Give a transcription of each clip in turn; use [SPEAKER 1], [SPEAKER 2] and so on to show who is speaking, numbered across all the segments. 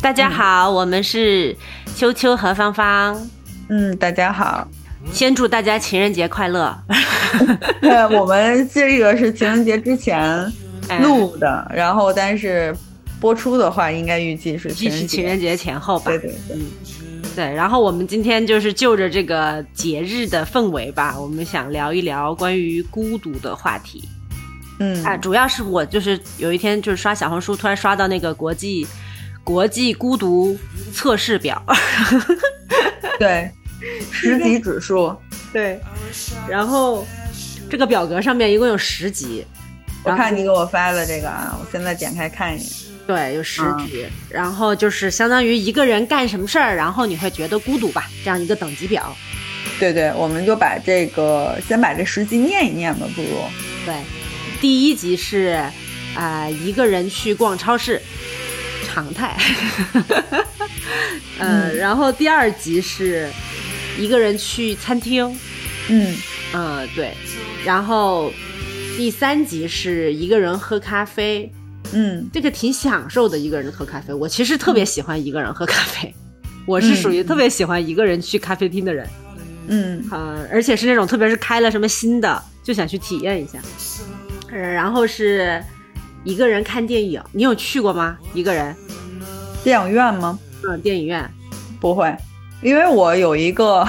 [SPEAKER 1] 大家好，我们是秋秋和芳芳，
[SPEAKER 2] 嗯，大家好，
[SPEAKER 1] 先祝大家情人节快乐。
[SPEAKER 2] 嗯呃，我们这个是情人节之前
[SPEAKER 1] 哎
[SPEAKER 2] 录的，然后但是播出的话，应该预计是
[SPEAKER 1] 继
[SPEAKER 2] 情
[SPEAKER 1] 续情
[SPEAKER 2] 人节。
[SPEAKER 1] 人节前后吧
[SPEAKER 2] 对。对对，
[SPEAKER 1] 对，然后我们今天就是就着这个节日的氛围吧，我们想聊一聊关于孤独的话题。
[SPEAKER 2] 嗯
[SPEAKER 1] 啊，主要是我就是有一天就是刷小红书，突然刷到那个国际国际孤独测试表，
[SPEAKER 2] 对，十级指数，
[SPEAKER 1] 对， 然后这个表格上面一共有十级，
[SPEAKER 2] 我
[SPEAKER 1] 然后
[SPEAKER 2] 看你给我发的这个啊，我现在点开看一眼。
[SPEAKER 1] 对，有十级，然后就是相当于一个人干什么事儿，然后你会觉得孤独吧，这样一个等级表，
[SPEAKER 2] 对对，我们就把这个先把这十级念一念吧，不如。
[SPEAKER 1] 对，第一级是啊、呃一个人去逛超市，常态。 呃、嗯，然后第二级是一个人去餐厅，
[SPEAKER 2] 嗯，
[SPEAKER 1] 嗯、对，然后第三级是一个人喝咖啡，
[SPEAKER 2] 嗯，
[SPEAKER 1] 这个挺享受的，一个人喝咖啡。我其实特别喜欢一个人喝咖啡，我是属于特别喜欢一个人去咖啡厅的人，
[SPEAKER 2] 嗯，
[SPEAKER 1] 呃，而且是那种特别是开了什么新的，就想去体验一下。呃，然后是一个人看电影，你有去过吗？一个人，
[SPEAKER 2] 电影院吗？
[SPEAKER 1] 嗯，电影院，
[SPEAKER 2] 不会，因为我有一个，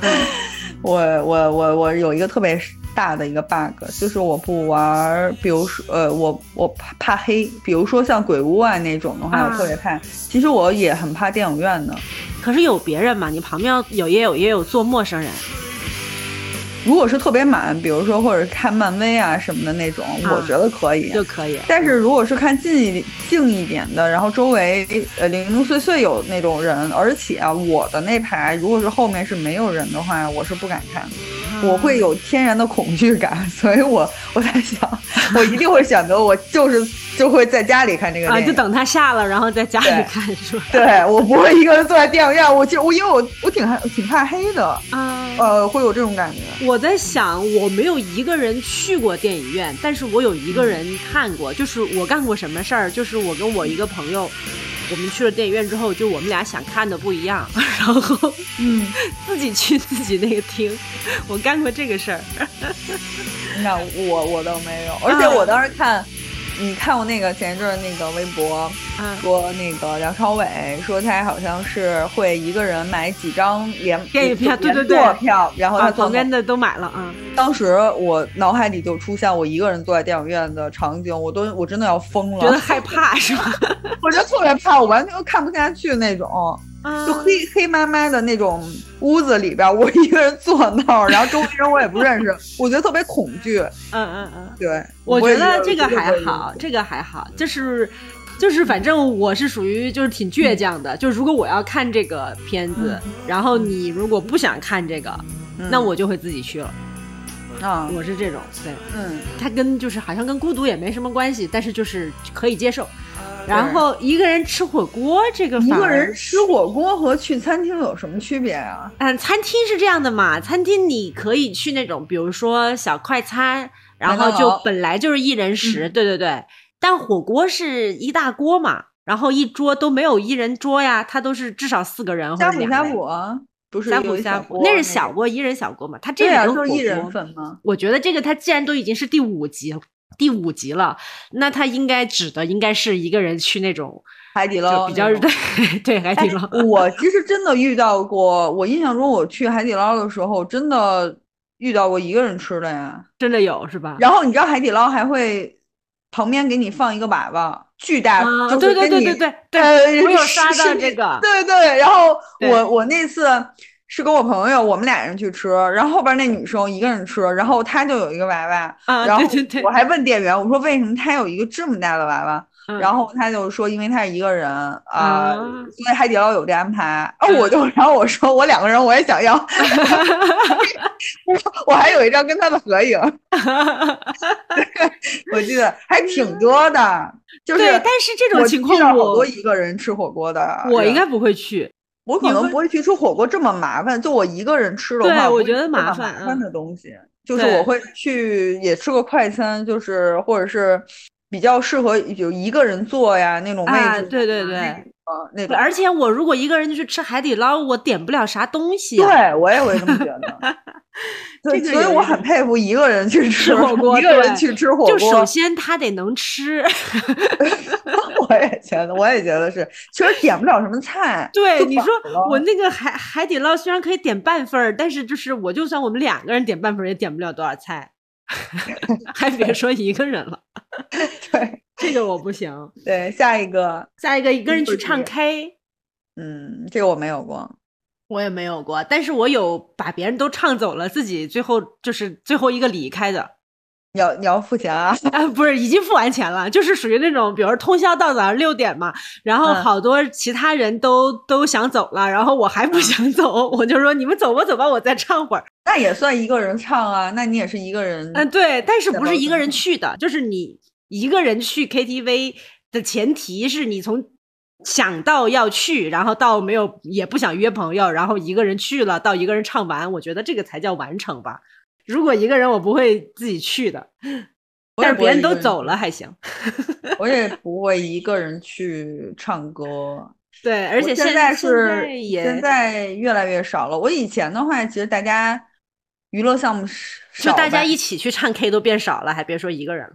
[SPEAKER 1] 嗯
[SPEAKER 2] 我我我我有一个特别大的一个 bug，就是我不玩儿，比如说呃，我我怕怕黑，比如说像鬼屋啊那种的话，
[SPEAKER 1] 啊
[SPEAKER 2] 我特别怕。其实我也很怕电影院的。
[SPEAKER 1] 可是有别人嘛，你旁边有也有也有坐陌生人，
[SPEAKER 2] 如果是特别满，比如说或者看漫威啊什么的那种，
[SPEAKER 1] 啊
[SPEAKER 2] 我觉得可以。
[SPEAKER 1] 就可以。
[SPEAKER 2] 但是如果是看近一点近一点的，然后周围呃零零碎碎有那种人，而且啊我的那排如果是后面是没有人的话，我是不敢看，
[SPEAKER 1] 啊
[SPEAKER 2] 我会有天然的恐惧感，所以我我在想，我一定会选择我就是就会在家里看这个
[SPEAKER 1] 啊，
[SPEAKER 2] 电影。
[SPEAKER 1] 就等他下了，然后在家里
[SPEAKER 2] 对
[SPEAKER 1] 看，是吧？
[SPEAKER 2] 对我不会一个人坐在电影院，我就我因为我我挺害挺怕黑的，
[SPEAKER 1] 啊、
[SPEAKER 2] 呃，会有这种感觉。
[SPEAKER 1] 我在想，我没有一个人去过电影院，但是我有一个人看过，就是我干过什么事儿，就是我跟我一个朋友，我们去了电影院之后，就我们俩想看的不一样， 然后
[SPEAKER 2] 嗯，
[SPEAKER 1] 自己去自己那个厅，我干过这个 事儿。
[SPEAKER 2] 那我我倒没
[SPEAKER 1] 啊
[SPEAKER 2] 有，而且我当时看，你看我那个前一阵儿那个微博，
[SPEAKER 1] 啊，
[SPEAKER 2] 说那个梁朝伟说他好像是会一个人买几张连
[SPEAKER 1] 电影票对对
[SPEAKER 2] 连
[SPEAKER 1] 对
[SPEAKER 2] 坐票，然后他
[SPEAKER 1] 把
[SPEAKER 2] 坐
[SPEAKER 1] 啊旁
[SPEAKER 2] 那
[SPEAKER 1] 边的都买了啊。
[SPEAKER 2] 当时我脑海里就出现我一个人坐在电影院的场景，我都我真的要疯
[SPEAKER 1] 觉得
[SPEAKER 2] 了，
[SPEAKER 1] 害怕是 吧？
[SPEAKER 2] 我就特别怕，我完全看不下去那种，
[SPEAKER 1] 啊
[SPEAKER 2] 就黑黑麻麻的那种屋子里边，我一个人坐那儿，然后周围人我也不认识， 我觉得特别恐惧。
[SPEAKER 1] 嗯嗯嗯，
[SPEAKER 2] 对，
[SPEAKER 1] 我觉得这个
[SPEAKER 2] 我也
[SPEAKER 1] 还好，这个还好，就是就是，反正我是属于就是挺
[SPEAKER 2] 嗯
[SPEAKER 1] 倔强的，就是如果我要看这个片子，然后你如果不想看这个，
[SPEAKER 2] 嗯
[SPEAKER 1] 那我就会自己去了。
[SPEAKER 2] 啊，
[SPEAKER 1] 我是这种，对，
[SPEAKER 2] 嗯
[SPEAKER 1] 它跟就是好像跟孤独也没什么关系，但是就是可以接受。然后一个人吃火锅这个
[SPEAKER 2] 嗯一
[SPEAKER 1] 反
[SPEAKER 2] 个
[SPEAKER 1] 而
[SPEAKER 2] 人吃火锅和去餐厅有什么区别啊？
[SPEAKER 1] 嗯，餐厅是这样的嘛，餐厅你可以去那种，比如说小快餐，然
[SPEAKER 2] 麦当
[SPEAKER 1] 后就
[SPEAKER 2] 劳
[SPEAKER 1] 本来就是一人食，
[SPEAKER 2] 嗯
[SPEAKER 1] 对对对。但火锅是一大锅嘛，然后一桌都没有一人桌呀，它都是至少四个人或
[SPEAKER 2] 呷
[SPEAKER 1] 者哦
[SPEAKER 2] 哺
[SPEAKER 1] 两
[SPEAKER 2] 呷
[SPEAKER 1] 个人
[SPEAKER 2] 哺啊不是
[SPEAKER 1] 呷
[SPEAKER 2] 有
[SPEAKER 1] 哺
[SPEAKER 2] 一
[SPEAKER 1] 呷
[SPEAKER 2] 小
[SPEAKER 1] 哺，
[SPEAKER 2] 锅
[SPEAKER 1] 那是
[SPEAKER 2] 那个
[SPEAKER 1] 小锅一人小锅嘛，它这
[SPEAKER 2] 对
[SPEAKER 1] 个
[SPEAKER 2] 呀，
[SPEAKER 1] 跟
[SPEAKER 2] 就是一
[SPEAKER 1] 火
[SPEAKER 2] 人
[SPEAKER 1] 锅
[SPEAKER 2] 份吗？
[SPEAKER 1] 我觉得这个它既然都已经是第五集，第五集了，那它应该指的应该是一个人去那种
[SPEAKER 2] 海底
[SPEAKER 1] 就
[SPEAKER 2] 捞
[SPEAKER 1] 比较
[SPEAKER 2] 哦那种
[SPEAKER 1] 对 对海底捞。
[SPEAKER 2] 哎我其实真的遇到过，我印象中我去海底捞的时候，真的遇到过一个人吃的呀。
[SPEAKER 1] 真的有是吧？
[SPEAKER 2] 然后你知道海底捞还会旁边给你放一个粑粑，巨大，
[SPEAKER 1] 啊，
[SPEAKER 2] 就
[SPEAKER 1] 对
[SPEAKER 2] 是
[SPEAKER 1] 对
[SPEAKER 2] 跟
[SPEAKER 1] 对
[SPEAKER 2] 你
[SPEAKER 1] 对对
[SPEAKER 2] 呃
[SPEAKER 1] 对，我有
[SPEAKER 2] 是
[SPEAKER 1] 刷
[SPEAKER 2] 是
[SPEAKER 1] 到
[SPEAKER 2] 你
[SPEAKER 1] 这个。
[SPEAKER 2] 对对，然后
[SPEAKER 1] 对
[SPEAKER 2] 我我那次是跟我朋友，我们俩人去吃，然后后边那女生一个人吃，然后她就有一个娃娃，
[SPEAKER 1] 啊，
[SPEAKER 2] 然后
[SPEAKER 1] 对对对，
[SPEAKER 2] 我还问店员，我说为什么她有一个这么大的娃娃？
[SPEAKER 1] 嗯
[SPEAKER 2] 然后她就说因为她是一个人啊，
[SPEAKER 1] 啊
[SPEAKER 2] 所以海底捞有这安排。啊，
[SPEAKER 1] 嗯
[SPEAKER 2] 我就然后我说我两个人我 也想要，我还有一张跟她的 合影，我记得还挺多的，就是
[SPEAKER 1] 对，但是这
[SPEAKER 2] 我
[SPEAKER 1] 种情况
[SPEAKER 2] 遇到好
[SPEAKER 1] 我
[SPEAKER 2] 多一个人吃火锅的，
[SPEAKER 1] 我应
[SPEAKER 2] 人
[SPEAKER 1] 该不会去，
[SPEAKER 2] 我可
[SPEAKER 1] 你
[SPEAKER 2] 能
[SPEAKER 1] 会
[SPEAKER 2] 不会去吃火锅这么麻烦，就我一个人吃的
[SPEAKER 1] 对
[SPEAKER 2] 话，
[SPEAKER 1] 我
[SPEAKER 2] 不会
[SPEAKER 1] 觉得
[SPEAKER 2] 吃
[SPEAKER 1] 麻
[SPEAKER 2] 那
[SPEAKER 1] 烦
[SPEAKER 2] 麻烦
[SPEAKER 1] 嗯
[SPEAKER 2] 的东西，就是
[SPEAKER 1] 对
[SPEAKER 2] 我会去也吃个快餐，就是或者是比较适合有一个人坐呀那种位置，
[SPEAKER 1] 啊，对对对，
[SPEAKER 2] 呃那种。
[SPEAKER 1] 而且我如果一个人去吃海底捞，我点不了啥东西、啊。
[SPEAKER 2] 对，我也会这么觉得。对
[SPEAKER 1] 这个
[SPEAKER 2] 所以
[SPEAKER 1] 有
[SPEAKER 2] 我
[SPEAKER 1] 一
[SPEAKER 2] 很佩服一个人去吃
[SPEAKER 1] 火锅
[SPEAKER 2] 一个人
[SPEAKER 1] 对
[SPEAKER 2] 去吃火锅。
[SPEAKER 1] 就首先他得能吃，
[SPEAKER 2] 我也觉得，我也觉得是，确实点不了什么菜。
[SPEAKER 1] 对
[SPEAKER 2] 就
[SPEAKER 1] 你
[SPEAKER 2] 饱
[SPEAKER 1] 说
[SPEAKER 2] 了
[SPEAKER 1] 我那个海海底捞虽然可以点半份儿，但是就是我就算我们两个人点半份儿也点不了多少菜， 还别说一个人了，
[SPEAKER 2] 对
[SPEAKER 1] 这个我不行。
[SPEAKER 2] 对，下一个，
[SPEAKER 1] 再一个，一个人
[SPEAKER 2] 就
[SPEAKER 1] 去
[SPEAKER 2] 是
[SPEAKER 1] 唱 K，
[SPEAKER 2] 嗯，这个我没有过。
[SPEAKER 1] 我也没有过，但是我有把别人都唱走了，自己最后就是最后一个离开的，
[SPEAKER 2] 你要你要付钱啊？
[SPEAKER 1] 啊，不是已经付完钱了，就是属于那种，比如说通宵到早上六点嘛，然后
[SPEAKER 2] 嗯
[SPEAKER 1] 好多其他人都、都想走了，然后我还不想走，我就说你们走吧走吧，我再唱会儿。
[SPEAKER 2] 那也算一个人唱啊，那你也是一个人。
[SPEAKER 1] 嗯，对，但是
[SPEAKER 2] 在
[SPEAKER 1] 不是
[SPEAKER 2] 楼
[SPEAKER 1] 一个
[SPEAKER 2] 层
[SPEAKER 1] 人去的，就是你一个人去 KTV 的前提是你从想到要去，然后到没有也不想约朋友，然后一个人去了，到一个人唱完，我觉得这个才叫完成吧。如果一个人，我不会自己去的，
[SPEAKER 2] 我也
[SPEAKER 1] 但是
[SPEAKER 2] 不
[SPEAKER 1] 别
[SPEAKER 2] 会
[SPEAKER 1] 人
[SPEAKER 2] 一个
[SPEAKER 1] 都
[SPEAKER 2] 人
[SPEAKER 1] 走了还行。
[SPEAKER 2] 去，我也不会一个人去唱歌。
[SPEAKER 1] 对，而
[SPEAKER 2] 我
[SPEAKER 1] 且
[SPEAKER 2] 现
[SPEAKER 1] 在
[SPEAKER 2] 是
[SPEAKER 1] 在也
[SPEAKER 2] 现在越来越少了。我以前的话，其实大家娱乐项目是
[SPEAKER 1] 就
[SPEAKER 2] 少
[SPEAKER 1] 大家
[SPEAKER 2] 呗
[SPEAKER 1] 一起去唱 K 都变少了，还别说一个人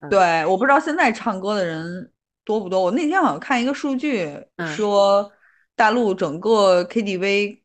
[SPEAKER 1] 了。
[SPEAKER 2] 对，我不知道现在唱歌的人多不多。我那天好像看一个数据
[SPEAKER 1] 嗯
[SPEAKER 2] 说，大陆整个 KTV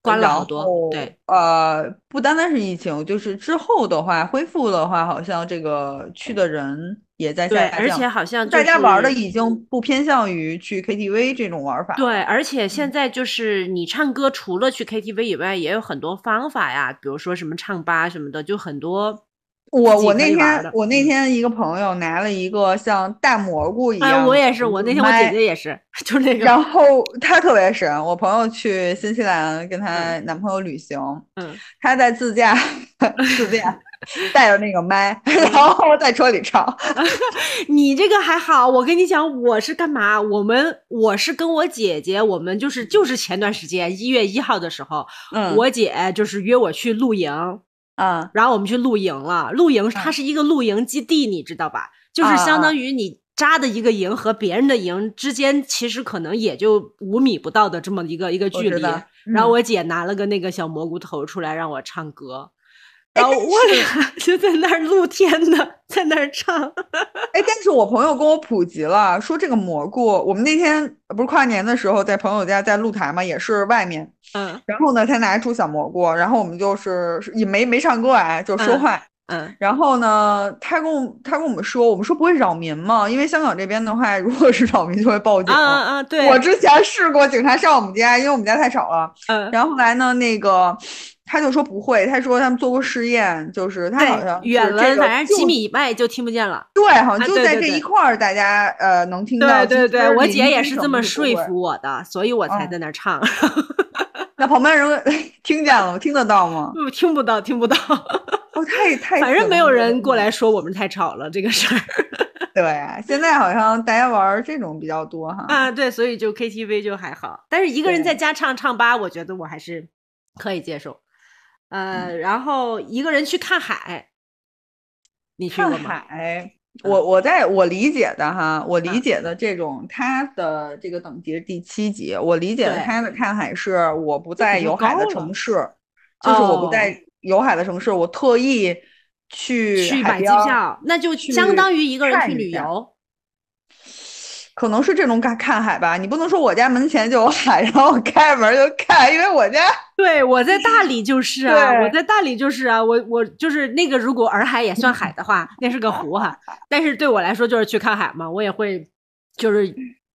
[SPEAKER 1] 关了好
[SPEAKER 2] 然
[SPEAKER 1] 多
[SPEAKER 2] 后
[SPEAKER 1] 对，
[SPEAKER 2] 呃，不单单是疫情，就是之后的话，恢复的话，好像这个去的人也在
[SPEAKER 1] 对，
[SPEAKER 2] 下
[SPEAKER 1] 而
[SPEAKER 2] 降。
[SPEAKER 1] 且好像、就
[SPEAKER 2] 大家玩儿的
[SPEAKER 1] 是
[SPEAKER 2] 已经不偏向于去 KTV 这种玩儿法。嗯
[SPEAKER 1] 对，而且现在就是你唱歌，除了去 KTV 以外，也有很多方法呀，比如说什么唱吧什么的，就很多。
[SPEAKER 2] 我
[SPEAKER 1] 自己
[SPEAKER 2] 我
[SPEAKER 1] 可
[SPEAKER 2] 那
[SPEAKER 1] 以玩儿
[SPEAKER 2] 天
[SPEAKER 1] 的
[SPEAKER 2] 我那
[SPEAKER 1] 嗯
[SPEAKER 2] 天一个朋友拿了一个像大蘑菇一
[SPEAKER 1] 哎，
[SPEAKER 2] 样，
[SPEAKER 1] 我也是，我那天我姐姐也是， 就那个，
[SPEAKER 2] 然后她特别神，我朋友去新西兰跟她男朋友旅行，
[SPEAKER 1] 嗯，
[SPEAKER 2] 她在 自驾自驾带着那个麦，然后在车里唱。
[SPEAKER 1] 你这个还好。我跟你讲，我是干嘛？我们我是跟我姐姐，我们就是就是前段时间一月一号的时候，
[SPEAKER 2] 嗯，
[SPEAKER 1] 我姐就是约我去露营，
[SPEAKER 2] 啊
[SPEAKER 1] 然后我们去露营了。露营它
[SPEAKER 2] 嗯啊
[SPEAKER 1] 是一个露营基地，你知道吧？就是相当于你扎的一个营和别人的营之间，其实可能也就五米不到的这么一个一个
[SPEAKER 2] 我
[SPEAKER 1] 距
[SPEAKER 2] 知
[SPEAKER 1] 离。
[SPEAKER 2] 道
[SPEAKER 1] 然后
[SPEAKER 2] 嗯
[SPEAKER 1] 我姐拿了个那个小蘑菇头出来让我唱歌，
[SPEAKER 2] 哎
[SPEAKER 1] 然后
[SPEAKER 2] 但
[SPEAKER 1] 我俩 就在那儿露天的， 在那儿唱。
[SPEAKER 2] 哎，但是我朋友跟我普及了，说这个蘑菇，我们那天不是跨年的时候在朋友家在露台嘛，也是外面，
[SPEAKER 1] 嗯
[SPEAKER 2] 然后呢，他拿出小蘑菇，然后我们就是也没没唱歌啊，就说
[SPEAKER 1] 嗯
[SPEAKER 2] 话。
[SPEAKER 1] 嗯，
[SPEAKER 2] 然后呢，他跟我他跟我们说，我们说不会扰民吗？因为香港这边的话，如果是扰民就会报警。
[SPEAKER 1] 啊啊啊！对，
[SPEAKER 2] 我之前试过，警察上我们家，因为我们家太少了。
[SPEAKER 1] 嗯，
[SPEAKER 2] 然后后来呢，那个他就说不会，他说他们做过试验，就是他好像
[SPEAKER 1] 对，远
[SPEAKER 2] 是
[SPEAKER 1] 了
[SPEAKER 2] 这个
[SPEAKER 1] 反正几
[SPEAKER 2] 就
[SPEAKER 1] 米以外就听不见了。
[SPEAKER 2] 对，好
[SPEAKER 1] 啊
[SPEAKER 2] 像就
[SPEAKER 1] 对
[SPEAKER 2] 在
[SPEAKER 1] 对
[SPEAKER 2] 这
[SPEAKER 1] 对
[SPEAKER 2] 一块儿，大家呃能听到。
[SPEAKER 1] 对对
[SPEAKER 2] 其实
[SPEAKER 1] 对，我
[SPEAKER 2] 邻
[SPEAKER 1] 姐也是
[SPEAKER 2] 居什
[SPEAKER 1] 这么
[SPEAKER 2] 的不
[SPEAKER 1] 说
[SPEAKER 2] 会
[SPEAKER 1] 服我的，所以我才
[SPEAKER 2] 嗯
[SPEAKER 1] 在那儿唱。
[SPEAKER 2] 那旁边人 听见了吗？听得到吗？
[SPEAKER 1] 不听不到，听不到。
[SPEAKER 2] 哦，太太
[SPEAKER 1] 反
[SPEAKER 2] 神
[SPEAKER 1] 正没有
[SPEAKER 2] 了
[SPEAKER 1] 人过
[SPEAKER 2] 嗯
[SPEAKER 1] 来说我们太吵了这个事儿
[SPEAKER 2] 对，现在好像大家玩儿这种比较多哈。
[SPEAKER 1] 啊，对，所以就 KTV 就还好，但是一个人
[SPEAKER 2] 对
[SPEAKER 1] 在家唱唱吧，我觉得我还是可以接受。
[SPEAKER 2] 嗯
[SPEAKER 1] 呃，然后一个人去看海，你去
[SPEAKER 2] 看
[SPEAKER 1] 过吗？
[SPEAKER 2] 海，
[SPEAKER 1] 嗯
[SPEAKER 2] 我我在我理解的哈，我理
[SPEAKER 1] 嗯
[SPEAKER 2] 解的这种它的这个等级是第七级，我理解的
[SPEAKER 1] 对
[SPEAKER 2] 它的看海是我不在
[SPEAKER 1] 比较
[SPEAKER 2] 有海的
[SPEAKER 1] 高
[SPEAKER 2] 城
[SPEAKER 1] 了
[SPEAKER 2] 市，就是我
[SPEAKER 1] 哦
[SPEAKER 2] 不在有海的城市，我特意去
[SPEAKER 1] 去
[SPEAKER 2] 海
[SPEAKER 1] 买机
[SPEAKER 2] 边儿，
[SPEAKER 1] 票，那就相
[SPEAKER 2] 去
[SPEAKER 1] 当于一个人
[SPEAKER 2] 看
[SPEAKER 1] 去
[SPEAKER 2] 一
[SPEAKER 1] 旅
[SPEAKER 2] 下
[SPEAKER 1] 游。
[SPEAKER 2] 可能是这种看看海吧。你不能说我家门前就有海， 然后我开门就看，因为我家
[SPEAKER 1] 对，我在大理就是啊，我
[SPEAKER 2] 对
[SPEAKER 1] 在大理就是啊，我我就是那个，如果洱海也算海的话，那是个湖哈。但是对我来说就是去看海嘛，我也会就是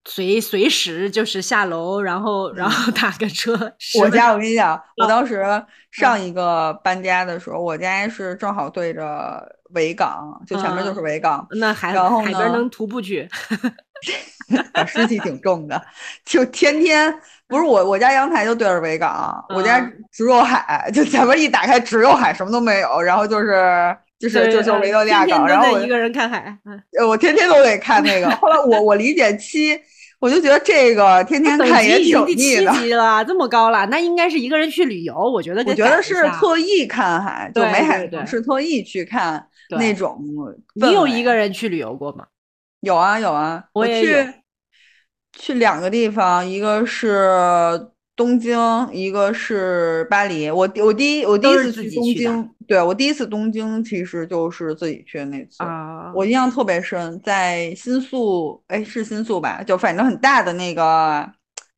[SPEAKER 1] 随随时就是下楼，然后然后打个车。10
[SPEAKER 2] 嗯 我
[SPEAKER 1] 分
[SPEAKER 2] 家我跟你讲，
[SPEAKER 1] 嗯
[SPEAKER 2] 我当时上一个搬家的时候，我家是正好对着维港，就前面就是
[SPEAKER 1] 嗯
[SPEAKER 2] 维港。
[SPEAKER 1] 那海
[SPEAKER 2] 然后
[SPEAKER 1] 海边
[SPEAKER 2] 呢
[SPEAKER 1] 能徒步去，
[SPEAKER 2] 啊，湿气挺重的，就天天不是我我家阳台就对着北港，我家
[SPEAKER 1] 嗯
[SPEAKER 2] 只有海，就前面一打开只有海，什么都没有，然后就是就是
[SPEAKER 1] 对
[SPEAKER 2] 就是
[SPEAKER 1] 呃
[SPEAKER 2] 维多利亚
[SPEAKER 1] 天
[SPEAKER 2] 港，
[SPEAKER 1] 天
[SPEAKER 2] 然
[SPEAKER 1] 都
[SPEAKER 2] 后
[SPEAKER 1] 得
[SPEAKER 2] 我
[SPEAKER 1] 一个人看海，嗯
[SPEAKER 2] 呃我天天都得看那个。后来我我理解七，我就觉得这个天天
[SPEAKER 1] 等
[SPEAKER 2] 看
[SPEAKER 1] 级
[SPEAKER 2] 也
[SPEAKER 1] 已经
[SPEAKER 2] 挺
[SPEAKER 1] 第
[SPEAKER 2] 腻
[SPEAKER 1] 七
[SPEAKER 2] 的，
[SPEAKER 1] 级了，这么高了，那应该是一个人去旅游，我觉得
[SPEAKER 2] 我
[SPEAKER 1] 得
[SPEAKER 2] 觉
[SPEAKER 1] 改
[SPEAKER 2] 得
[SPEAKER 1] 一
[SPEAKER 2] 是
[SPEAKER 1] 下
[SPEAKER 2] 特意看海，就
[SPEAKER 1] 对
[SPEAKER 2] 没海
[SPEAKER 1] 对
[SPEAKER 2] 的
[SPEAKER 1] 对
[SPEAKER 2] 是特意去看
[SPEAKER 1] 对
[SPEAKER 2] 那种
[SPEAKER 1] 你有
[SPEAKER 2] 氛
[SPEAKER 1] 一
[SPEAKER 2] 围
[SPEAKER 1] 个人去旅游过吗？
[SPEAKER 2] 有啊有啊，
[SPEAKER 1] 我
[SPEAKER 2] 我
[SPEAKER 1] 也有
[SPEAKER 2] 去去两个地方，一个是东京，一个是巴黎。我第我第一我第
[SPEAKER 1] 都
[SPEAKER 2] 一
[SPEAKER 1] 是
[SPEAKER 2] 次
[SPEAKER 1] 自
[SPEAKER 2] 去
[SPEAKER 1] 己
[SPEAKER 2] 东
[SPEAKER 1] 去的
[SPEAKER 2] 京，对，我第一次东京其实就是自己去的那次，
[SPEAKER 1] 啊，
[SPEAKER 2] 我印象特别深，在新宿，哎，是新宿吧？就反正很大的那个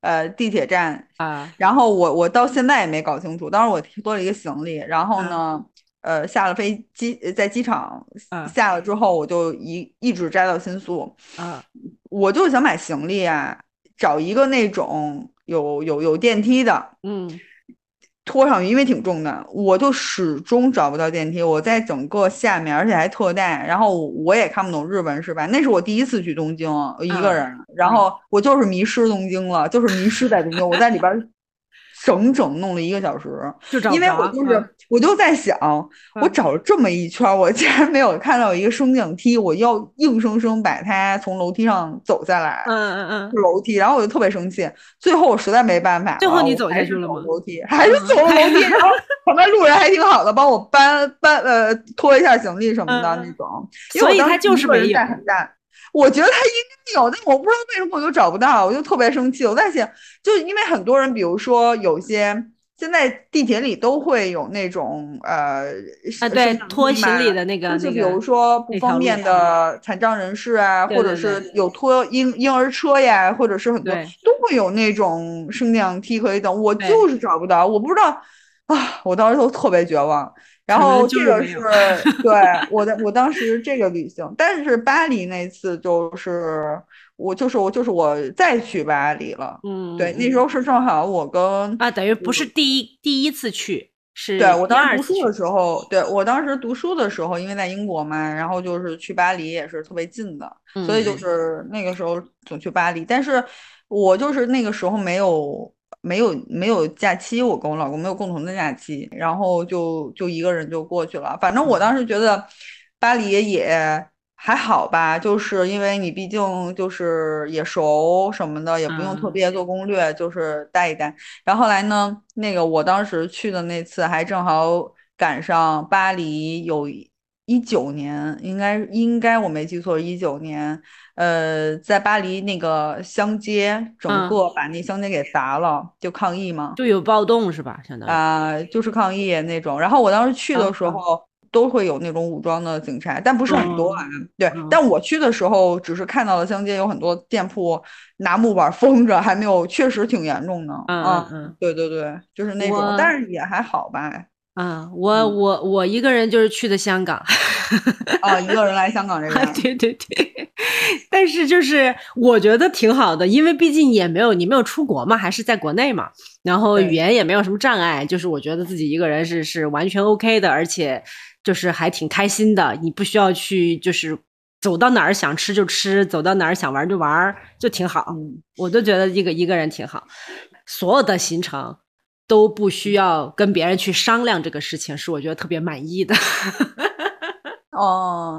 [SPEAKER 2] 呃地铁站，
[SPEAKER 1] 啊，
[SPEAKER 2] 然后我我到现在也没搞清楚，当时我提多了一个行李，然后呢，呃，下了飞机，呃在机场
[SPEAKER 1] 嗯
[SPEAKER 2] 下了之后，我就一一直摘到新宿，
[SPEAKER 1] 啊，
[SPEAKER 2] 我就是想买行李啊，找一个那种有有有电梯的
[SPEAKER 1] 嗯，
[SPEAKER 2] 拖上去，因为挺重的，我就始终找不到电梯，我在整个下面，而且还特大，然后我也看不懂日文是吧？那是我第一次去东京，一个
[SPEAKER 1] 嗯
[SPEAKER 2] 人，然后我就是迷失东京了，就是迷失在东京，我在里边儿整整弄了一个小时。
[SPEAKER 1] 就 找啊
[SPEAKER 2] 因为我就是、我就在想，我
[SPEAKER 1] 嗯
[SPEAKER 2] 找了这么一圈儿，我竟然没有看到一个升降梯，我要硬生生把它从楼梯上走下来，
[SPEAKER 1] 嗯嗯嗯，
[SPEAKER 2] 楼梯，然后我就特别生气。最后我实在没办法了，
[SPEAKER 1] 最后你
[SPEAKER 2] 我
[SPEAKER 1] 走
[SPEAKER 2] 还
[SPEAKER 1] 下
[SPEAKER 2] 是
[SPEAKER 1] 去了吗嗯
[SPEAKER 2] 走楼梯还是走了楼梯，然后旁边路人还挺好的，帮我搬搬呃拖一下行李什么的
[SPEAKER 1] 嗯嗯
[SPEAKER 2] 那种。因为
[SPEAKER 1] 所以
[SPEAKER 2] 我当
[SPEAKER 1] 他
[SPEAKER 2] 时
[SPEAKER 1] 就
[SPEAKER 2] 一
[SPEAKER 1] 是呃没
[SPEAKER 2] 个人
[SPEAKER 1] 有
[SPEAKER 2] 带很大。我觉得他应该有，但我不知道为什么我就找不到，我就特别生气。我在想，就因为很多人，比如说有些现在地铁里都会有那种呃
[SPEAKER 1] 啊，对，拖行李
[SPEAKER 2] 的。
[SPEAKER 1] 的那个，
[SPEAKER 2] 就
[SPEAKER 1] 那
[SPEAKER 2] 比
[SPEAKER 1] 个
[SPEAKER 2] 如说不
[SPEAKER 1] 那条
[SPEAKER 2] 方
[SPEAKER 1] 路
[SPEAKER 2] 便
[SPEAKER 1] 线
[SPEAKER 2] 的残障人士啊，
[SPEAKER 1] 对
[SPEAKER 2] 或者
[SPEAKER 1] 对对
[SPEAKER 2] 是有拖婴婴儿车呀，或者是很多
[SPEAKER 1] 对
[SPEAKER 2] 都会有那种升降梯可以等，我
[SPEAKER 1] 对
[SPEAKER 2] 就是找不到，我不知道啊，我当时都特别绝望。然
[SPEAKER 1] 可能
[SPEAKER 2] 后
[SPEAKER 1] 就
[SPEAKER 2] 这
[SPEAKER 1] 是
[SPEAKER 2] 个
[SPEAKER 1] 没
[SPEAKER 2] 是
[SPEAKER 1] 有
[SPEAKER 2] 对我的，我当时这个旅行，但是巴黎那次就是我就是我就是我再去巴黎了，
[SPEAKER 1] 嗯，
[SPEAKER 2] 对，那
[SPEAKER 1] 嗯
[SPEAKER 2] 时候是正好我跟
[SPEAKER 1] 啊，等于不是第一第一次去，是
[SPEAKER 2] 对，我
[SPEAKER 1] 第
[SPEAKER 2] 当时
[SPEAKER 1] 二
[SPEAKER 2] 读
[SPEAKER 1] 次
[SPEAKER 2] 书的
[SPEAKER 1] 去
[SPEAKER 2] 时候，对我当时读书的时候，因为在英国嘛，然后就是去巴黎也是特别近的，所以就
[SPEAKER 1] 嗯
[SPEAKER 2] 是那个时候总去巴黎。但是我就是那个时候没有没有没有假期，我跟我老公没有共同的假期，然后就就一个人就过去了。反正我当时觉得巴黎也还好吧，就是因为你毕竟就是也熟什么的，也不用特
[SPEAKER 1] 嗯
[SPEAKER 2] 别做攻略，就是带一带。然后后来呢，那个我当时去的那次还正好赶上巴黎有一九年，应该应该我没记错，一九年，呃，在巴黎那个乡街，整
[SPEAKER 1] 嗯
[SPEAKER 2] 个把那乡街给砸了，就抗议嘛，
[SPEAKER 1] 就有暴动是吧？相当于
[SPEAKER 2] 啊、就是抗议那种。然后我当时去的
[SPEAKER 1] 嗯
[SPEAKER 2] 时候。都会有那种武装的警察，但不是很多啊。对
[SPEAKER 1] 嗯，
[SPEAKER 2] 但我去的时候只是看到了乡街有很多店铺拿木板封着，还没有，确实挺严重的。
[SPEAKER 1] 嗯
[SPEAKER 2] 啊
[SPEAKER 1] 嗯嗯
[SPEAKER 2] 对对对，就是那种
[SPEAKER 1] 我，
[SPEAKER 2] 但是也还好吧。
[SPEAKER 1] 嗯，我
[SPEAKER 2] 嗯
[SPEAKER 1] 我我一个人就是去的香港，
[SPEAKER 2] 啊，一个人来香港 这边，
[SPEAKER 1] 对对对，但是就是我觉得挺好的，因为毕竟也没有你没有出国嘛，还是在国内嘛，然后
[SPEAKER 2] 对
[SPEAKER 1] 语言也没有什么障碍，就是我觉得自己一个人是是完全 OK 的，而且就是还挺开心的，你不需要去就是走到哪儿想吃就吃，走到哪儿想玩就玩，就挺好。
[SPEAKER 2] 嗯，
[SPEAKER 1] 我都觉得一个一个人挺好。所有的行程都不需要跟别人去商量这个事情，是我觉得特别满意的。
[SPEAKER 2] 哦，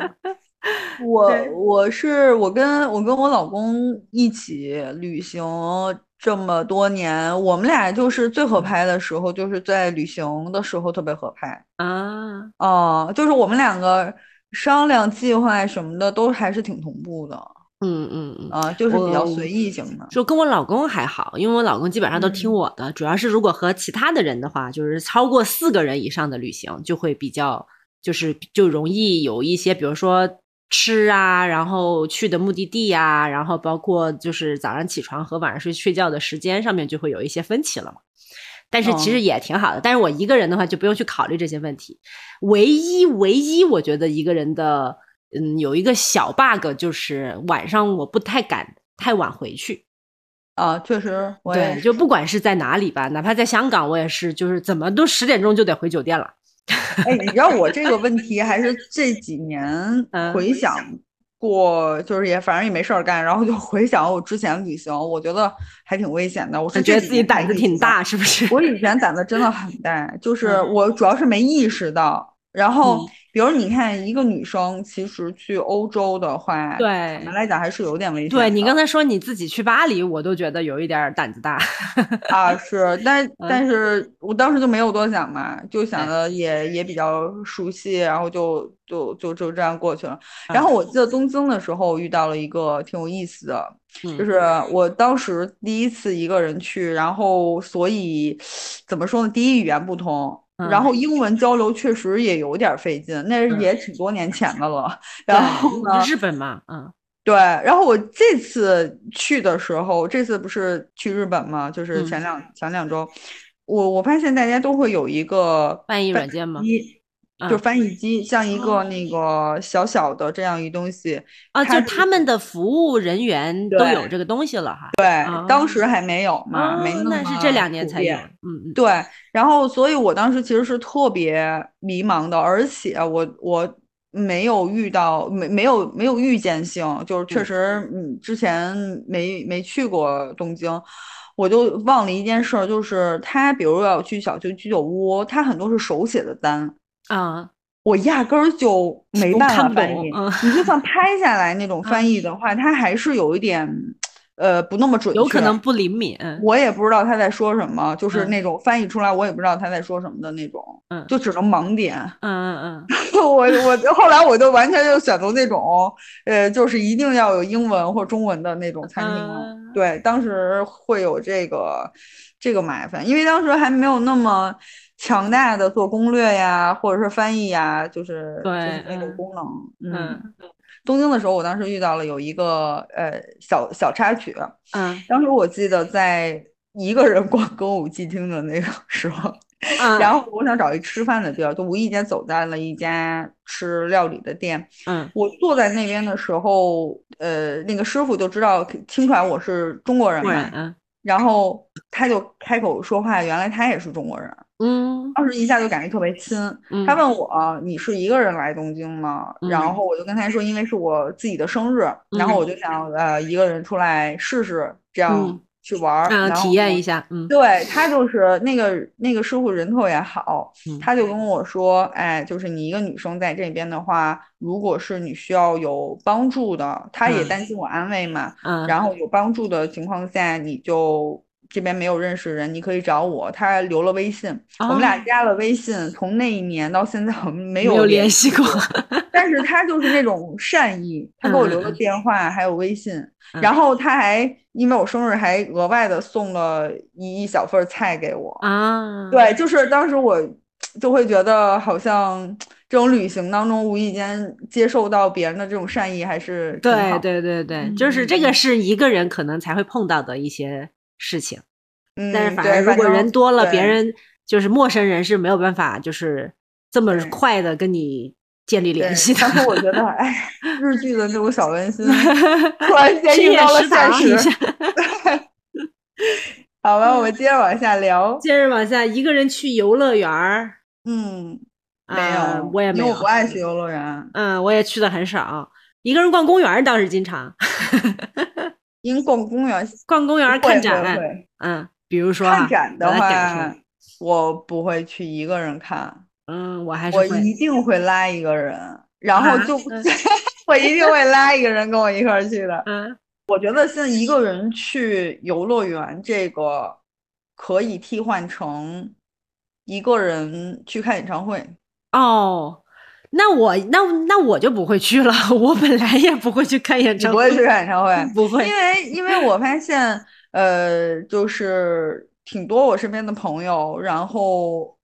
[SPEAKER 2] 我
[SPEAKER 1] 对
[SPEAKER 2] 我是我跟我跟我老公一起旅行这么多年，我们俩就是最合拍的时候，就是在旅行的时候特别合拍。
[SPEAKER 1] 啊，
[SPEAKER 2] 哦，就是我们两个商量计划什么的都还是挺同步的，
[SPEAKER 1] 嗯嗯嗯。
[SPEAKER 2] 啊，就是比较
[SPEAKER 1] 我
[SPEAKER 2] 随意型的。
[SPEAKER 1] 就跟我老公还好，因为我老公基本上都听
[SPEAKER 2] 嗯
[SPEAKER 1] 我的，主要是如果和其他的人的话，就是超过四个人以上的旅行就会比较，就是就容易有一些，比如说吃啊，然后去的目的地呀、然后包括就是早上起床和晚上睡睡觉的时间上面就会有一些分歧了嘛。但是其
[SPEAKER 2] 哦
[SPEAKER 1] 实也挺好的，但是我一个人的话就不用去考虑这些问题。唯一唯一，我觉得一个人的，嗯，有一个小 bug 就是晚上我不太敢太晚回去。
[SPEAKER 2] 啊，确实，我也
[SPEAKER 1] 对，就不管是在哪里吧，哪怕在香港，我也是，就是怎么都十点钟就得回酒店了。
[SPEAKER 2] 哎，你知道我这个问题还是这几年
[SPEAKER 1] 嗯
[SPEAKER 2] 回想过，就是也反正也没事儿干，然后就回想我之前旅行，我觉得还挺危险的。我是
[SPEAKER 1] 感觉得
[SPEAKER 2] 这几
[SPEAKER 1] 自己
[SPEAKER 2] 年
[SPEAKER 1] 胆
[SPEAKER 2] 才
[SPEAKER 1] 子
[SPEAKER 2] 意
[SPEAKER 1] 挺
[SPEAKER 2] 识到，
[SPEAKER 1] 大，是不是？
[SPEAKER 2] 我以前胆子真的很大，就是
[SPEAKER 1] 嗯
[SPEAKER 2] 我主要是没意识到，然后
[SPEAKER 1] 嗯
[SPEAKER 2] 比如你看一个女生，其实去欧洲的话，
[SPEAKER 1] 对
[SPEAKER 2] 坦白来讲还是有点危险的。
[SPEAKER 1] 对你刚才说你自己去巴黎，我都觉得有一点儿胆子大。
[SPEAKER 2] 啊是，但
[SPEAKER 1] 嗯
[SPEAKER 2] 但是我当时就没有多想嘛，就
[SPEAKER 1] 哎
[SPEAKER 2] 想着也也比较熟悉，然后就就就就这样过去了。
[SPEAKER 1] 嗯
[SPEAKER 2] 然后我记得东京的时候遇到了一个挺有意思的，
[SPEAKER 1] 嗯
[SPEAKER 2] 就是我当时第一次一个人去，然后所以怎么说呢？第一语言不通，
[SPEAKER 1] 嗯
[SPEAKER 2] 然后英文交流确实也有点费劲，那
[SPEAKER 1] 嗯
[SPEAKER 2] 也挺多年前的了。然后
[SPEAKER 1] 对
[SPEAKER 2] 呢，
[SPEAKER 1] 日本嘛，嗯
[SPEAKER 2] 对，然后我这次去的时候，这次不是去日本嘛，
[SPEAKER 1] 嗯
[SPEAKER 2] 就是前两前两周，我我发现大家都会有一个
[SPEAKER 1] 翻译软件吗？
[SPEAKER 2] 机，
[SPEAKER 1] 嗯哦
[SPEAKER 2] 就翻译机，像一个那个小小的这样一东西，
[SPEAKER 1] 啊，就
[SPEAKER 2] 它
[SPEAKER 1] 是他们的服务人员都
[SPEAKER 2] 对
[SPEAKER 1] 有这个东西了哈。
[SPEAKER 2] 对，
[SPEAKER 1] 啊
[SPEAKER 2] 当时还没有嘛，没
[SPEAKER 1] 哦
[SPEAKER 2] 那
[SPEAKER 1] 那是
[SPEAKER 2] 么
[SPEAKER 1] 这两年
[SPEAKER 2] 普
[SPEAKER 1] 才有。
[SPEAKER 2] 遍
[SPEAKER 1] 嗯嗯，
[SPEAKER 2] 对，然后所以我当时其实是特别迷茫的，而且我我没有遇到没没有没有预见性，就是确
[SPEAKER 1] 嗯
[SPEAKER 2] 实嗯之前没没去过东京，我就忘了一件事儿，就是他比如要去小区居酒屋，他很多是手写的单，
[SPEAKER 1] 啊，
[SPEAKER 2] 我压根儿 就没
[SPEAKER 1] 我
[SPEAKER 2] 办
[SPEAKER 1] 看
[SPEAKER 2] 法
[SPEAKER 1] 不
[SPEAKER 2] 翻
[SPEAKER 1] 懂
[SPEAKER 2] 译，
[SPEAKER 1] 嗯
[SPEAKER 2] 你就 算拍下来那种翻译的话，它还是有一点呃不那么准
[SPEAKER 1] 有可
[SPEAKER 2] 确
[SPEAKER 1] 能不灵敏。嗯
[SPEAKER 2] 我也不知道他在说什么，就是
[SPEAKER 1] 嗯
[SPEAKER 2] 那种翻译出来我也不知道他在说什么的那种，
[SPEAKER 1] 嗯
[SPEAKER 2] 就只能盲点。
[SPEAKER 1] 嗯嗯
[SPEAKER 2] 我我后来我就完全就选择那种，呃，就是一定要有英文或中文的那种餐厅了。
[SPEAKER 1] 嗯
[SPEAKER 2] 对，当时会有这个这个麻烦，因为当时还没有那么强大的做攻略呀，或者是翻译呀，就是就是
[SPEAKER 1] 对
[SPEAKER 2] 那个
[SPEAKER 1] 嗯
[SPEAKER 2] 功能。
[SPEAKER 1] 嗯
[SPEAKER 2] 东京的时候，我当时遇到了有一个呃小小插曲，
[SPEAKER 1] 嗯
[SPEAKER 2] 当时我记得在一个人逛歌舞伎町的那个 时候，
[SPEAKER 1] 嗯，
[SPEAKER 2] 然
[SPEAKER 1] 后
[SPEAKER 2] 后我想找一吃饭的地儿，就无意间走在了一家吃料理的店。
[SPEAKER 1] 嗯
[SPEAKER 2] 我坐在那边的时候，呃，那个师傅就知道听出来我是中国人
[SPEAKER 1] 不然
[SPEAKER 2] 嘛，
[SPEAKER 1] 嗯
[SPEAKER 2] 然后他就开口说话，原来他也是中国人。
[SPEAKER 1] 嗯
[SPEAKER 2] 当时一下就感觉特别亲。
[SPEAKER 1] 嗯
[SPEAKER 2] 他问我：“你是一个人来东京吗？”
[SPEAKER 1] 嗯
[SPEAKER 2] 然后我就跟他说：“因为是我自己的生日，
[SPEAKER 1] 嗯
[SPEAKER 2] 然后我就想呃一个人出来试试，这样
[SPEAKER 1] 嗯
[SPEAKER 2] 去玩儿，
[SPEAKER 1] 嗯，
[SPEAKER 2] 然后
[SPEAKER 1] 体验一下。嗯
[SPEAKER 2] 对他就是那个那个师傅人特别好
[SPEAKER 1] 嗯，
[SPEAKER 2] 他就跟我说，哎，就是你一个女生在这边的话，如果是你需要有帮助的，他也
[SPEAKER 1] 嗯
[SPEAKER 2] 担心我安危嘛，
[SPEAKER 1] 嗯，
[SPEAKER 2] 然后有帮助的情况下，你就这边没有认识人，你可以找我。他留了微信，我们俩
[SPEAKER 1] 哦
[SPEAKER 2] 加了微信，从那一年到现在我们
[SPEAKER 1] 没
[SPEAKER 2] 没
[SPEAKER 1] 有
[SPEAKER 2] 联
[SPEAKER 1] 联系过。
[SPEAKER 2] 但是他就是那种善意，他给我留了
[SPEAKER 1] 嗯嗯嗯
[SPEAKER 2] 电话还有微信，
[SPEAKER 1] 嗯
[SPEAKER 2] 然后他还因为我生日还额外的送了一一小份儿菜给我。
[SPEAKER 1] 啊，
[SPEAKER 2] 对，就是当时我就会觉得好像这种旅行当中无意间接受到别人的这种善意还是挺好嗯
[SPEAKER 1] 对
[SPEAKER 2] 的
[SPEAKER 1] 对对对，就是这个是一个人可能才会碰到的一些事情，
[SPEAKER 2] 嗯，
[SPEAKER 1] 但是反
[SPEAKER 2] 对
[SPEAKER 1] 而如果
[SPEAKER 2] 正
[SPEAKER 1] 人多了，别
[SPEAKER 2] 对
[SPEAKER 1] 人就是陌生人是没有办法就是这么
[SPEAKER 2] 对
[SPEAKER 1] 快的跟你建立联
[SPEAKER 2] 对
[SPEAKER 1] 系的。
[SPEAKER 2] 当时我觉得，哎，日剧的那种小 温馨，突然间
[SPEAKER 1] 深
[SPEAKER 2] 遇
[SPEAKER 1] 夜
[SPEAKER 2] 到了
[SPEAKER 1] 食堂一
[SPEAKER 2] 现
[SPEAKER 1] 下
[SPEAKER 2] 实。，好吧，我们接着往下聊。
[SPEAKER 1] 接着往下，一个人去游乐园儿，
[SPEAKER 2] 嗯，没有，
[SPEAKER 1] 啊，我也没
[SPEAKER 2] 因为
[SPEAKER 1] 有
[SPEAKER 2] 我，不爱去游乐园。
[SPEAKER 1] 嗯，我也去的很少，一个人逛公园儿倒是经常，
[SPEAKER 2] 因为逛公园，
[SPEAKER 1] 逛公园儿
[SPEAKER 2] 会
[SPEAKER 1] 看
[SPEAKER 2] 会
[SPEAKER 1] 展，
[SPEAKER 2] 会
[SPEAKER 1] 嗯，比如说啊
[SPEAKER 2] 看展的
[SPEAKER 1] 我来感
[SPEAKER 2] 话
[SPEAKER 1] 受，
[SPEAKER 2] 我不会去一个人看，
[SPEAKER 1] 嗯，我还是
[SPEAKER 2] 我
[SPEAKER 1] 会，
[SPEAKER 2] 一定会拉一个人，然后
[SPEAKER 1] 啊
[SPEAKER 2] 就
[SPEAKER 1] 嗯
[SPEAKER 2] 我一定会拉一个人跟我一块儿去的。
[SPEAKER 1] 嗯
[SPEAKER 2] 我觉得现在一个人去游乐园这个可以替换成一个人去看演唱会。
[SPEAKER 1] 哦，那我那那我就不会去了， 我本来也不会去看演
[SPEAKER 2] 你
[SPEAKER 1] 唱
[SPEAKER 2] 不
[SPEAKER 1] 会，
[SPEAKER 2] 会 去看演唱会？
[SPEAKER 1] 不会
[SPEAKER 2] 因，为因为我发现，呃，就是挺多我身边的朋友，然后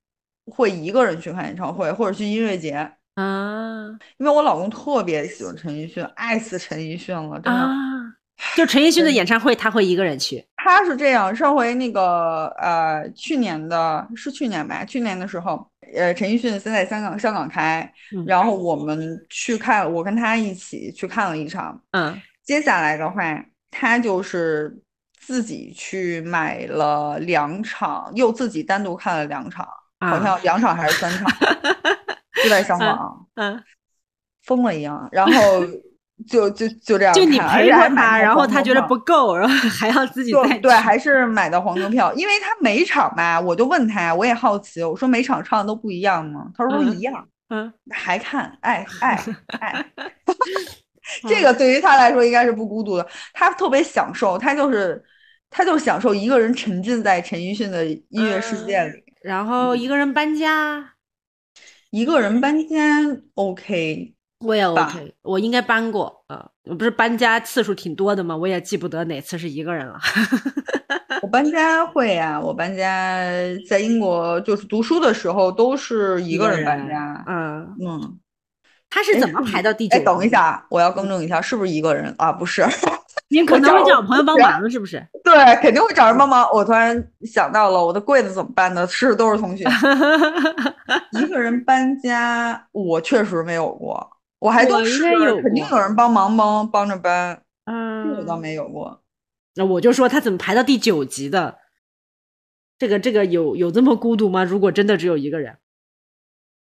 [SPEAKER 2] 会一个人去看演唱会或者去音乐节。
[SPEAKER 1] 啊
[SPEAKER 2] 因为我老公特别喜欢陈奕迅，爱死陈奕迅了，真的。
[SPEAKER 1] 啊，就陈奕迅的演唱会，他会一个人去，
[SPEAKER 2] 他是这样，上回那个呃，去年的是去年吧，去年的时候，呃，陈奕迅先在香港香港开
[SPEAKER 1] 嗯，
[SPEAKER 2] 然后我们去看，我跟他一起去看了一场。
[SPEAKER 1] 嗯
[SPEAKER 2] 接下来的话，他就是自己去买了两场，又自己单独看了两场，好
[SPEAKER 1] 啊
[SPEAKER 2] 像两场还是三 场，就在香港
[SPEAKER 1] 嗯，
[SPEAKER 2] 疯了一样，然后 就就就这样看，
[SPEAKER 1] 就你
[SPEAKER 2] 而
[SPEAKER 1] 陪
[SPEAKER 2] 且还
[SPEAKER 1] 着
[SPEAKER 2] 买
[SPEAKER 1] 他，
[SPEAKER 2] 了
[SPEAKER 1] 然后
[SPEAKER 2] 黄
[SPEAKER 1] 他
[SPEAKER 2] 牛
[SPEAKER 1] 觉得
[SPEAKER 2] 票
[SPEAKER 1] 不够，然后 还要自己再
[SPEAKER 2] 对对，
[SPEAKER 1] 去
[SPEAKER 2] 还是买的黄牛票，因为他每场吧，我就问他，我也好奇，我说每场唱的都不一样吗？他说都
[SPEAKER 1] 嗯
[SPEAKER 2] 一样。
[SPEAKER 1] 嗯，
[SPEAKER 2] 还看，爱爱爱。 这个对于他来说应该是不孤独的，他特别享受，他就是他就享受一个人沉浸在陈奕迅的音乐世界里。
[SPEAKER 1] 然后一个人搬家，
[SPEAKER 2] 一个人搬家 OK，
[SPEAKER 1] 我也 OK，我应该搬过啊，我不是搬家次数挺多的嘛，我也记不得哪次是一个人了。
[SPEAKER 2] 我搬家会啊，我搬家在英国就是读书的时候都是一个人搬家。
[SPEAKER 1] 嗯，
[SPEAKER 2] 嗯，
[SPEAKER 1] 他是怎么排到第九
[SPEAKER 2] 哎，
[SPEAKER 1] 名？
[SPEAKER 2] 等一下，我要更正一下，是不是一个人啊？不是，
[SPEAKER 1] 您可能
[SPEAKER 2] 我
[SPEAKER 1] 会
[SPEAKER 2] 找
[SPEAKER 1] 找朋友帮忙，是不是？
[SPEAKER 2] 对，肯定会找人帮忙。我突然想到了，我的柜子怎么办呢？是都是同学，一个人搬家，我确实没有过，我还
[SPEAKER 1] 我
[SPEAKER 2] 都
[SPEAKER 1] 应
[SPEAKER 2] 是
[SPEAKER 1] 该有
[SPEAKER 2] 肯定
[SPEAKER 1] 过
[SPEAKER 2] 有人帮忙帮帮着搬，这
[SPEAKER 1] 嗯
[SPEAKER 2] 个倒没有过。
[SPEAKER 1] 那我就说他怎么排到第九级的？这个这个有有这么孤独吗？如果真的只有一个人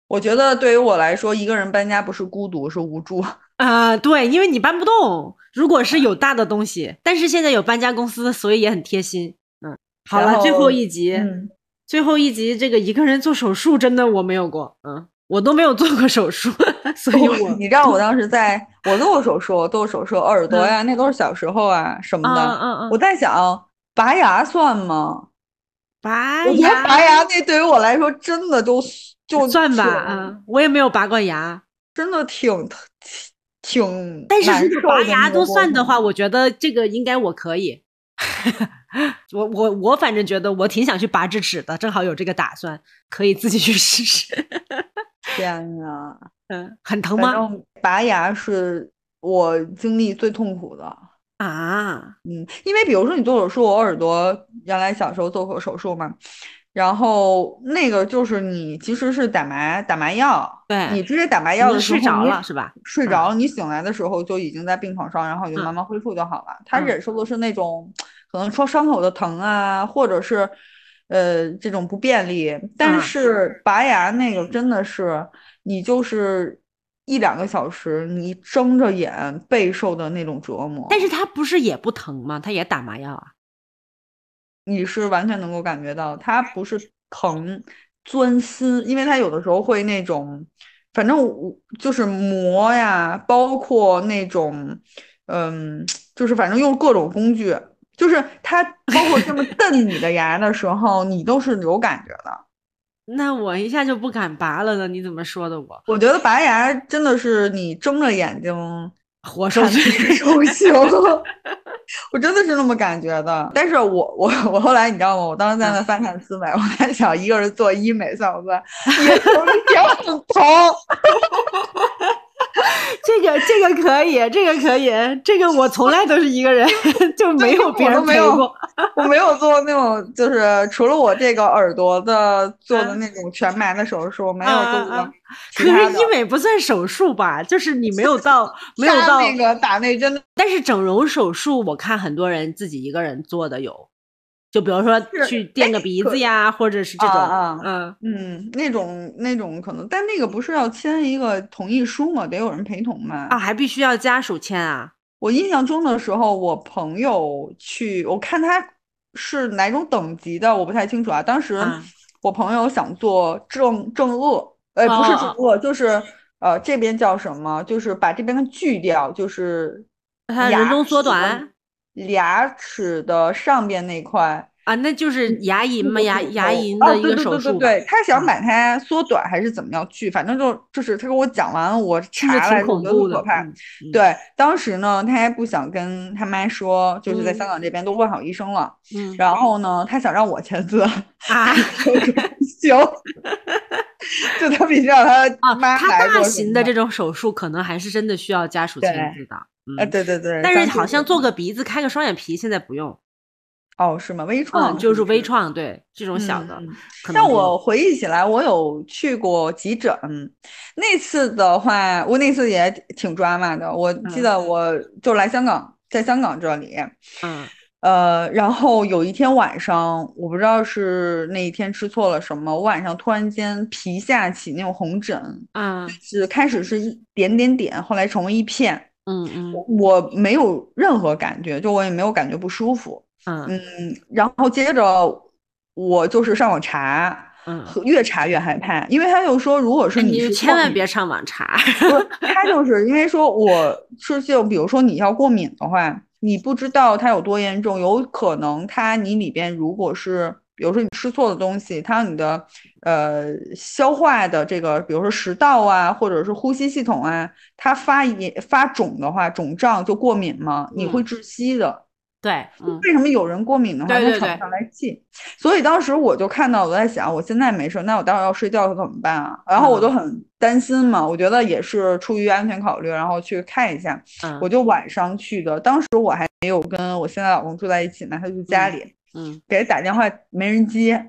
[SPEAKER 2] 我觉得对于我来说，一个人搬家不是孤独，是无助。
[SPEAKER 1] 啊、对，因为你搬不动。如果是有大的东西，但是现在有搬家公司，所以也很贴心。嗯，好
[SPEAKER 2] 然
[SPEAKER 1] 了，
[SPEAKER 2] 后
[SPEAKER 1] 最后一集，
[SPEAKER 2] 嗯，
[SPEAKER 1] 最后一集这个一个人做手术真的我没有过，嗯，我都没有做过手术， 所以我
[SPEAKER 2] 你知道我当时在，我做过手术，做过手术，耳朵呀，那都是小时候啊什么
[SPEAKER 1] 嗯
[SPEAKER 2] 的。
[SPEAKER 1] 嗯
[SPEAKER 2] 我
[SPEAKER 1] 嗯，
[SPEAKER 2] 在想，拔牙算吗？
[SPEAKER 1] 拔
[SPEAKER 2] 我觉得
[SPEAKER 1] 牙
[SPEAKER 2] 拔牙那对于我来说真的都就
[SPEAKER 1] 算吧，
[SPEAKER 2] 挺
[SPEAKER 1] 啊，我也没有拔过牙，
[SPEAKER 2] 真的挺挺挺
[SPEAKER 1] 但是
[SPEAKER 2] 难
[SPEAKER 1] 如
[SPEAKER 2] 受
[SPEAKER 1] 果拔
[SPEAKER 2] 的那
[SPEAKER 1] 牙
[SPEAKER 2] 个
[SPEAKER 1] 都
[SPEAKER 2] 过
[SPEAKER 1] 算的
[SPEAKER 2] 程
[SPEAKER 1] 话，我觉得这个应该我可以。 我我我反正觉得我挺想去拔智齿的，正好有这个打算，可以自己去试试。
[SPEAKER 2] 天呐，
[SPEAKER 1] 嗯，很疼吗？
[SPEAKER 2] 反正拔牙是我经历最痛苦的。
[SPEAKER 1] 啊，
[SPEAKER 2] 嗯，因为比如说你做手术，我耳朵原来小时候做过手术嘛，然后那个就是你其实是打麻打麻药，
[SPEAKER 1] 对，
[SPEAKER 2] 你直接打麻
[SPEAKER 1] 哎你
[SPEAKER 2] 药的
[SPEAKER 1] 是
[SPEAKER 2] 时候
[SPEAKER 1] 睡着
[SPEAKER 2] 你
[SPEAKER 1] 了是吧？
[SPEAKER 2] 睡
[SPEAKER 1] 嗯
[SPEAKER 2] 着了，你醒来的时候就已经在病床上，然后你就慢
[SPEAKER 1] 嗯
[SPEAKER 2] 慢恢复就好了。他
[SPEAKER 1] 嗯
[SPEAKER 2] 忍受的是那种可能说伤口的疼啊，或者是呃这种不便利，但
[SPEAKER 1] 嗯
[SPEAKER 2] 是拔牙那个真的是你就是一两个小时，你睁着眼备受的那种折磨，
[SPEAKER 1] 但是他不是也不疼吗？他也打麻药啊？
[SPEAKER 2] 你是完全能够感觉到它不是疼钻心，因为它有的时候会那种，反正我就是磨呀，包括那种，嗯，就是反正用各种工具，就是它包括这么蹬你的牙的时候，你都是有感觉的。
[SPEAKER 1] 那我一下就不敢拔了呢？你怎么说的我？
[SPEAKER 2] 我觉得拔牙真的是你睁着眼睛
[SPEAKER 1] 活受
[SPEAKER 2] 看
[SPEAKER 1] 罪
[SPEAKER 2] 这种行，我真的是那么感觉的。但是我 我我后来你知道吗？我当时在那翻看思 维，我在想一个人做医美算不算？ 也有一点很疼。
[SPEAKER 1] 这个这个可以，这个可以，这个我从来都是一个人， 就没有别
[SPEAKER 2] 我
[SPEAKER 1] 人
[SPEAKER 2] 都没
[SPEAKER 1] 陪
[SPEAKER 2] 有
[SPEAKER 1] 过。
[SPEAKER 2] 我没有做那种，就是除了我这个耳朵的做的那种全麻的手术，我没有做
[SPEAKER 1] 啊啊啊
[SPEAKER 2] 过
[SPEAKER 1] 可
[SPEAKER 2] 其他
[SPEAKER 1] 是
[SPEAKER 2] 的
[SPEAKER 1] 医。美不算手术吧？就是你没有 到没有
[SPEAKER 2] 扎
[SPEAKER 1] 到，
[SPEAKER 2] 那个打内针的
[SPEAKER 1] 但是整容手术我看很多人自己一个人做的有，就比如说
[SPEAKER 2] 是
[SPEAKER 1] 去垫
[SPEAKER 2] 哎
[SPEAKER 1] 个鼻
[SPEAKER 2] 可
[SPEAKER 1] 子呀，或者是这种，
[SPEAKER 2] 啊啊
[SPEAKER 1] 嗯，
[SPEAKER 2] 嗯，那种那种可能，但那个不是要签一个同意书吗？得有人陪同吗？
[SPEAKER 1] 啊，还必须要家属签啊，
[SPEAKER 2] 我印象中的时候，我朋友去，我看他是哪种等级的，我不太清楚啊。当时
[SPEAKER 1] 啊
[SPEAKER 2] 我朋友想做正正颚，呃，不是正
[SPEAKER 1] 哦
[SPEAKER 2] 颚，就是呃这边叫什么？就是把这边的锯掉，就是
[SPEAKER 1] 他人
[SPEAKER 2] 牙
[SPEAKER 1] 中缩
[SPEAKER 2] 齿的
[SPEAKER 1] 短
[SPEAKER 2] 牙齿的上边那块。
[SPEAKER 1] 啊，那就是牙龈嘛，牙牙龈
[SPEAKER 2] 啊
[SPEAKER 1] 的一
[SPEAKER 2] 嗯对
[SPEAKER 1] 个
[SPEAKER 2] 对
[SPEAKER 1] 手
[SPEAKER 2] 对
[SPEAKER 1] 术
[SPEAKER 2] 对
[SPEAKER 1] 吧，
[SPEAKER 2] 对，他想
[SPEAKER 1] 嗯
[SPEAKER 2] 把它缩短还是怎么样锯，反正就就是他给我讲完，我
[SPEAKER 1] 听着
[SPEAKER 2] 查来
[SPEAKER 1] 挺
[SPEAKER 2] 着，我
[SPEAKER 1] 恐
[SPEAKER 2] 觉得特
[SPEAKER 1] 怖
[SPEAKER 2] 可
[SPEAKER 1] 的，
[SPEAKER 2] 怕。
[SPEAKER 1] 嗯，嗯，
[SPEAKER 2] 对，当时呢，他还不想跟他妈说，就是在
[SPEAKER 1] 嗯
[SPEAKER 2] 香港这边都问好医生了。
[SPEAKER 1] 嗯
[SPEAKER 2] 然后呢，他想让我签字，
[SPEAKER 1] 啊。
[SPEAKER 2] 我说 行，就他必须让他
[SPEAKER 1] 啊，
[SPEAKER 2] 妈
[SPEAKER 1] 他
[SPEAKER 2] 来
[SPEAKER 1] 大
[SPEAKER 2] 做什
[SPEAKER 1] 型
[SPEAKER 2] 么
[SPEAKER 1] 的
[SPEAKER 2] 的
[SPEAKER 1] 这种手术，可能还是真的需要家属签字的。
[SPEAKER 2] 哎，
[SPEAKER 1] 嗯，
[SPEAKER 2] 对对对，
[SPEAKER 1] 但
[SPEAKER 2] 当
[SPEAKER 1] 是
[SPEAKER 2] 时
[SPEAKER 1] 好像
[SPEAKER 2] 我
[SPEAKER 1] 做个鼻子、开个双眼皮，现在不用。
[SPEAKER 2] 哦是吗？微创
[SPEAKER 1] 嗯，就是微
[SPEAKER 2] 不
[SPEAKER 1] 创，对这种小的
[SPEAKER 2] 嗯，
[SPEAKER 1] 可能
[SPEAKER 2] 但
[SPEAKER 1] 不用
[SPEAKER 2] 我回忆起来，我有去过急诊，那次的话，我那次也挺抓马的。我记
[SPEAKER 1] 嗯
[SPEAKER 2] 得我就来香港，在香港这里，
[SPEAKER 1] 嗯
[SPEAKER 2] 呃，然后有一天晚上，我不知道是那一天吃错了什么，我晚上突然间皮下起那种红疹，
[SPEAKER 1] 嗯
[SPEAKER 2] 是开始是一点点点，后来成为一片，
[SPEAKER 1] 嗯嗯
[SPEAKER 2] 我没有任何感觉，就我也没有感觉不舒服。
[SPEAKER 1] 嗯
[SPEAKER 2] 嗯，然后接着我就是上网查，
[SPEAKER 1] 嗯，哎
[SPEAKER 2] 越查越害怕，因为他就说，如果是
[SPEAKER 1] 你
[SPEAKER 2] 是
[SPEAKER 1] 就千万
[SPEAKER 2] 过敏
[SPEAKER 1] 别上网查。
[SPEAKER 2] 不是，他就是因为说我是就比如说你要过敏的话，你不知道它有多严重，有可能它你里边如果是比如说你吃错的东西，它让你的呃消化的这个，比如说食道啊，或者是呼吸系统啊，它发炎发肿的话，肿胀就过敏嘛，你会
[SPEAKER 1] 嗯
[SPEAKER 2] 窒息的。
[SPEAKER 1] 对，嗯，
[SPEAKER 2] 为什么有人过敏的话，
[SPEAKER 1] 对对
[SPEAKER 2] 他喘
[SPEAKER 1] 对
[SPEAKER 2] 不上来气？所以当时我就看到，我在想，我现在没事，那我待会儿要睡觉可怎么办啊？然后我
[SPEAKER 1] 嗯
[SPEAKER 2] 就很担心嘛，我觉得也是出于安全考虑，然后去看一下。
[SPEAKER 1] 嗯
[SPEAKER 2] 我就晚上去的，当时我还没有跟我现在老公住在一起呢，他住家里，
[SPEAKER 1] 嗯，
[SPEAKER 2] 给他打电话没人接，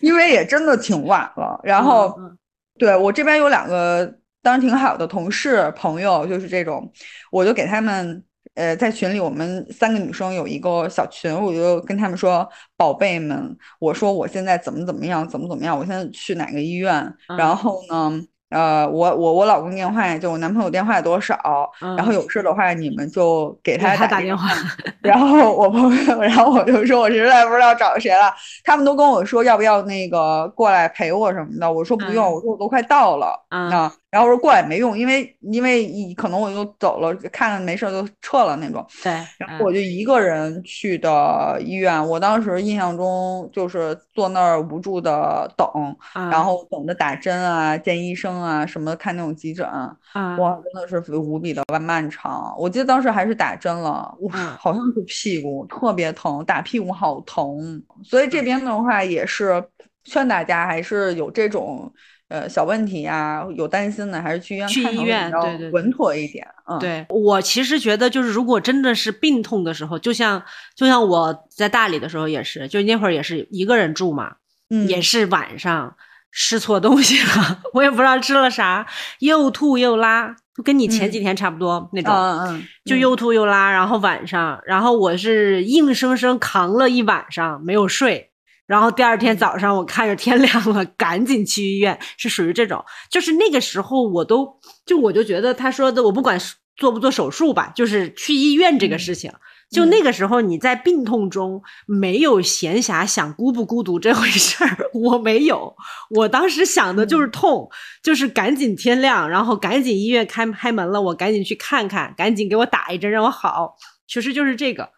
[SPEAKER 2] 因为也真的挺晚了。然后
[SPEAKER 1] 嗯嗯
[SPEAKER 2] 对我这边有两个当时挺好的同事朋友，就是这种，我就给他们，呃，在群里我们三个女生有一个小群，我就跟他们说，宝贝们，我说我现在怎么怎么样，怎么怎么样，我现在去哪个医院，然
[SPEAKER 1] 嗯
[SPEAKER 2] 后呢，呃，我我我老公电话就我男朋友电话多少，
[SPEAKER 1] 嗯
[SPEAKER 2] 然后有事的话你们就给
[SPEAKER 1] 给
[SPEAKER 2] 他
[SPEAKER 1] 他打
[SPEAKER 2] 电
[SPEAKER 1] 电话，
[SPEAKER 2] 然后我朋友，然后我就说，我实在不知道找谁了。他们都跟我说要不要那个过来陪我什么的，我说不用，
[SPEAKER 1] 嗯
[SPEAKER 2] 我说我都快到了
[SPEAKER 1] 嗯
[SPEAKER 2] 啊。然后我说过来没用，因为因为一可能我就走了，看看没事儿就撤了那种。
[SPEAKER 1] 对，
[SPEAKER 2] 然
[SPEAKER 1] 嗯
[SPEAKER 2] 后我就一个人去的医院，我当时印象中就是坐那儿无助的等，
[SPEAKER 1] 嗯
[SPEAKER 2] 然后等着打针啊、见医生啊、什么看那种急诊。啊
[SPEAKER 1] 嗯
[SPEAKER 2] 哇，真的是无比的漫长。我记得当时还是打针了，我
[SPEAKER 1] 嗯
[SPEAKER 2] 好像是屁股特别疼，打屁股好疼。所
[SPEAKER 1] 嗯
[SPEAKER 2] 以这边的话也是劝大家，还是有这种呃小问题呀、有担心的，还是去医院
[SPEAKER 1] 去
[SPEAKER 2] 看
[SPEAKER 1] 医
[SPEAKER 2] 看会
[SPEAKER 1] 院
[SPEAKER 2] 比较
[SPEAKER 1] 对对对
[SPEAKER 2] 稳妥一点。嗯，
[SPEAKER 1] 对我其实觉得，就是如果真的是病痛的时候，就像就像我在大理的时候也是，就那会儿也是一个人住嘛，
[SPEAKER 2] 嗯，
[SPEAKER 1] 也是晚上吃错东西了， 我也不知道吃了啥，又吐又拉，就跟你前
[SPEAKER 2] 嗯
[SPEAKER 1] 几天差不多那种，
[SPEAKER 2] 嗯嗯，
[SPEAKER 1] 就
[SPEAKER 2] 嗯
[SPEAKER 1] 又吐又拉，然后晚上，然后我是硬生生扛了一晚上没有睡。然后第二天早上，我看着天亮了，赶紧去医院，是属于这种。就是那个时候，我都就我就觉得他说的，我不管是做不做手术吧，就是去医院这个事情，就那个时候你在病痛中没有闲暇想孤不孤独这回事儿， 我没有。我当时想的
[SPEAKER 2] 嗯
[SPEAKER 1] 就是痛，就是赶紧天亮，然后赶紧医院开开门了，我赶紧去看看，赶紧给我打一针让我好。其实就是这个，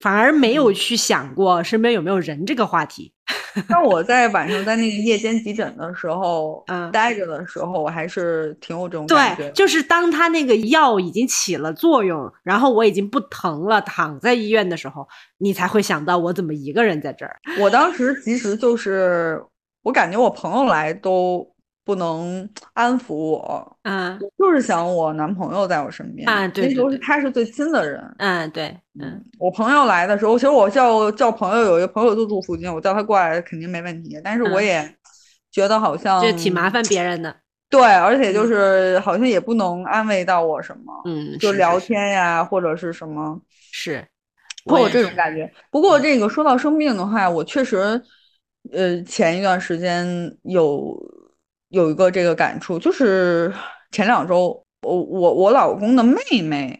[SPEAKER 1] 反而没
[SPEAKER 2] 嗯
[SPEAKER 1] 有去想过身边有没有人这个话题。
[SPEAKER 2] 像我在晚上在那个夜间急诊的时候
[SPEAKER 1] 嗯
[SPEAKER 2] 待着的时候，我还是挺有这种感觉
[SPEAKER 1] 对，
[SPEAKER 2] 的。
[SPEAKER 1] 就是当他那个药已经起了作用，然后我已经不疼了，躺在医院的时候，你才会想到我怎么一个人在这儿。
[SPEAKER 2] 我当时其实就是，我感觉我朋友来都不能安抚我，
[SPEAKER 1] 嗯
[SPEAKER 2] 我就是想我男朋友在我身边。
[SPEAKER 1] 啊对
[SPEAKER 2] 那时候
[SPEAKER 1] 对
[SPEAKER 2] 是他是最亲的人。
[SPEAKER 1] 嗯，对，嗯
[SPEAKER 2] 我朋友来的时候，其实我叫叫朋友，有一个朋友就住附近，我叫他过来肯定没问题。但是我
[SPEAKER 1] 嗯
[SPEAKER 2] 也觉得好像
[SPEAKER 1] 就嗯挺麻烦别人的。
[SPEAKER 2] 对，而且就
[SPEAKER 1] 嗯
[SPEAKER 2] 是好像也不能安慰到我什么，
[SPEAKER 1] 嗯，
[SPEAKER 2] 就是聊
[SPEAKER 1] 是
[SPEAKER 2] 天呀或者是什么。
[SPEAKER 1] 是，
[SPEAKER 2] 会有
[SPEAKER 1] 也
[SPEAKER 2] 这种
[SPEAKER 1] 是嗯
[SPEAKER 2] 感觉。不过这个说到生病的话，我确实，呃，前一段时间有有一个这个感触，就是前两周，我我我老公的妹妹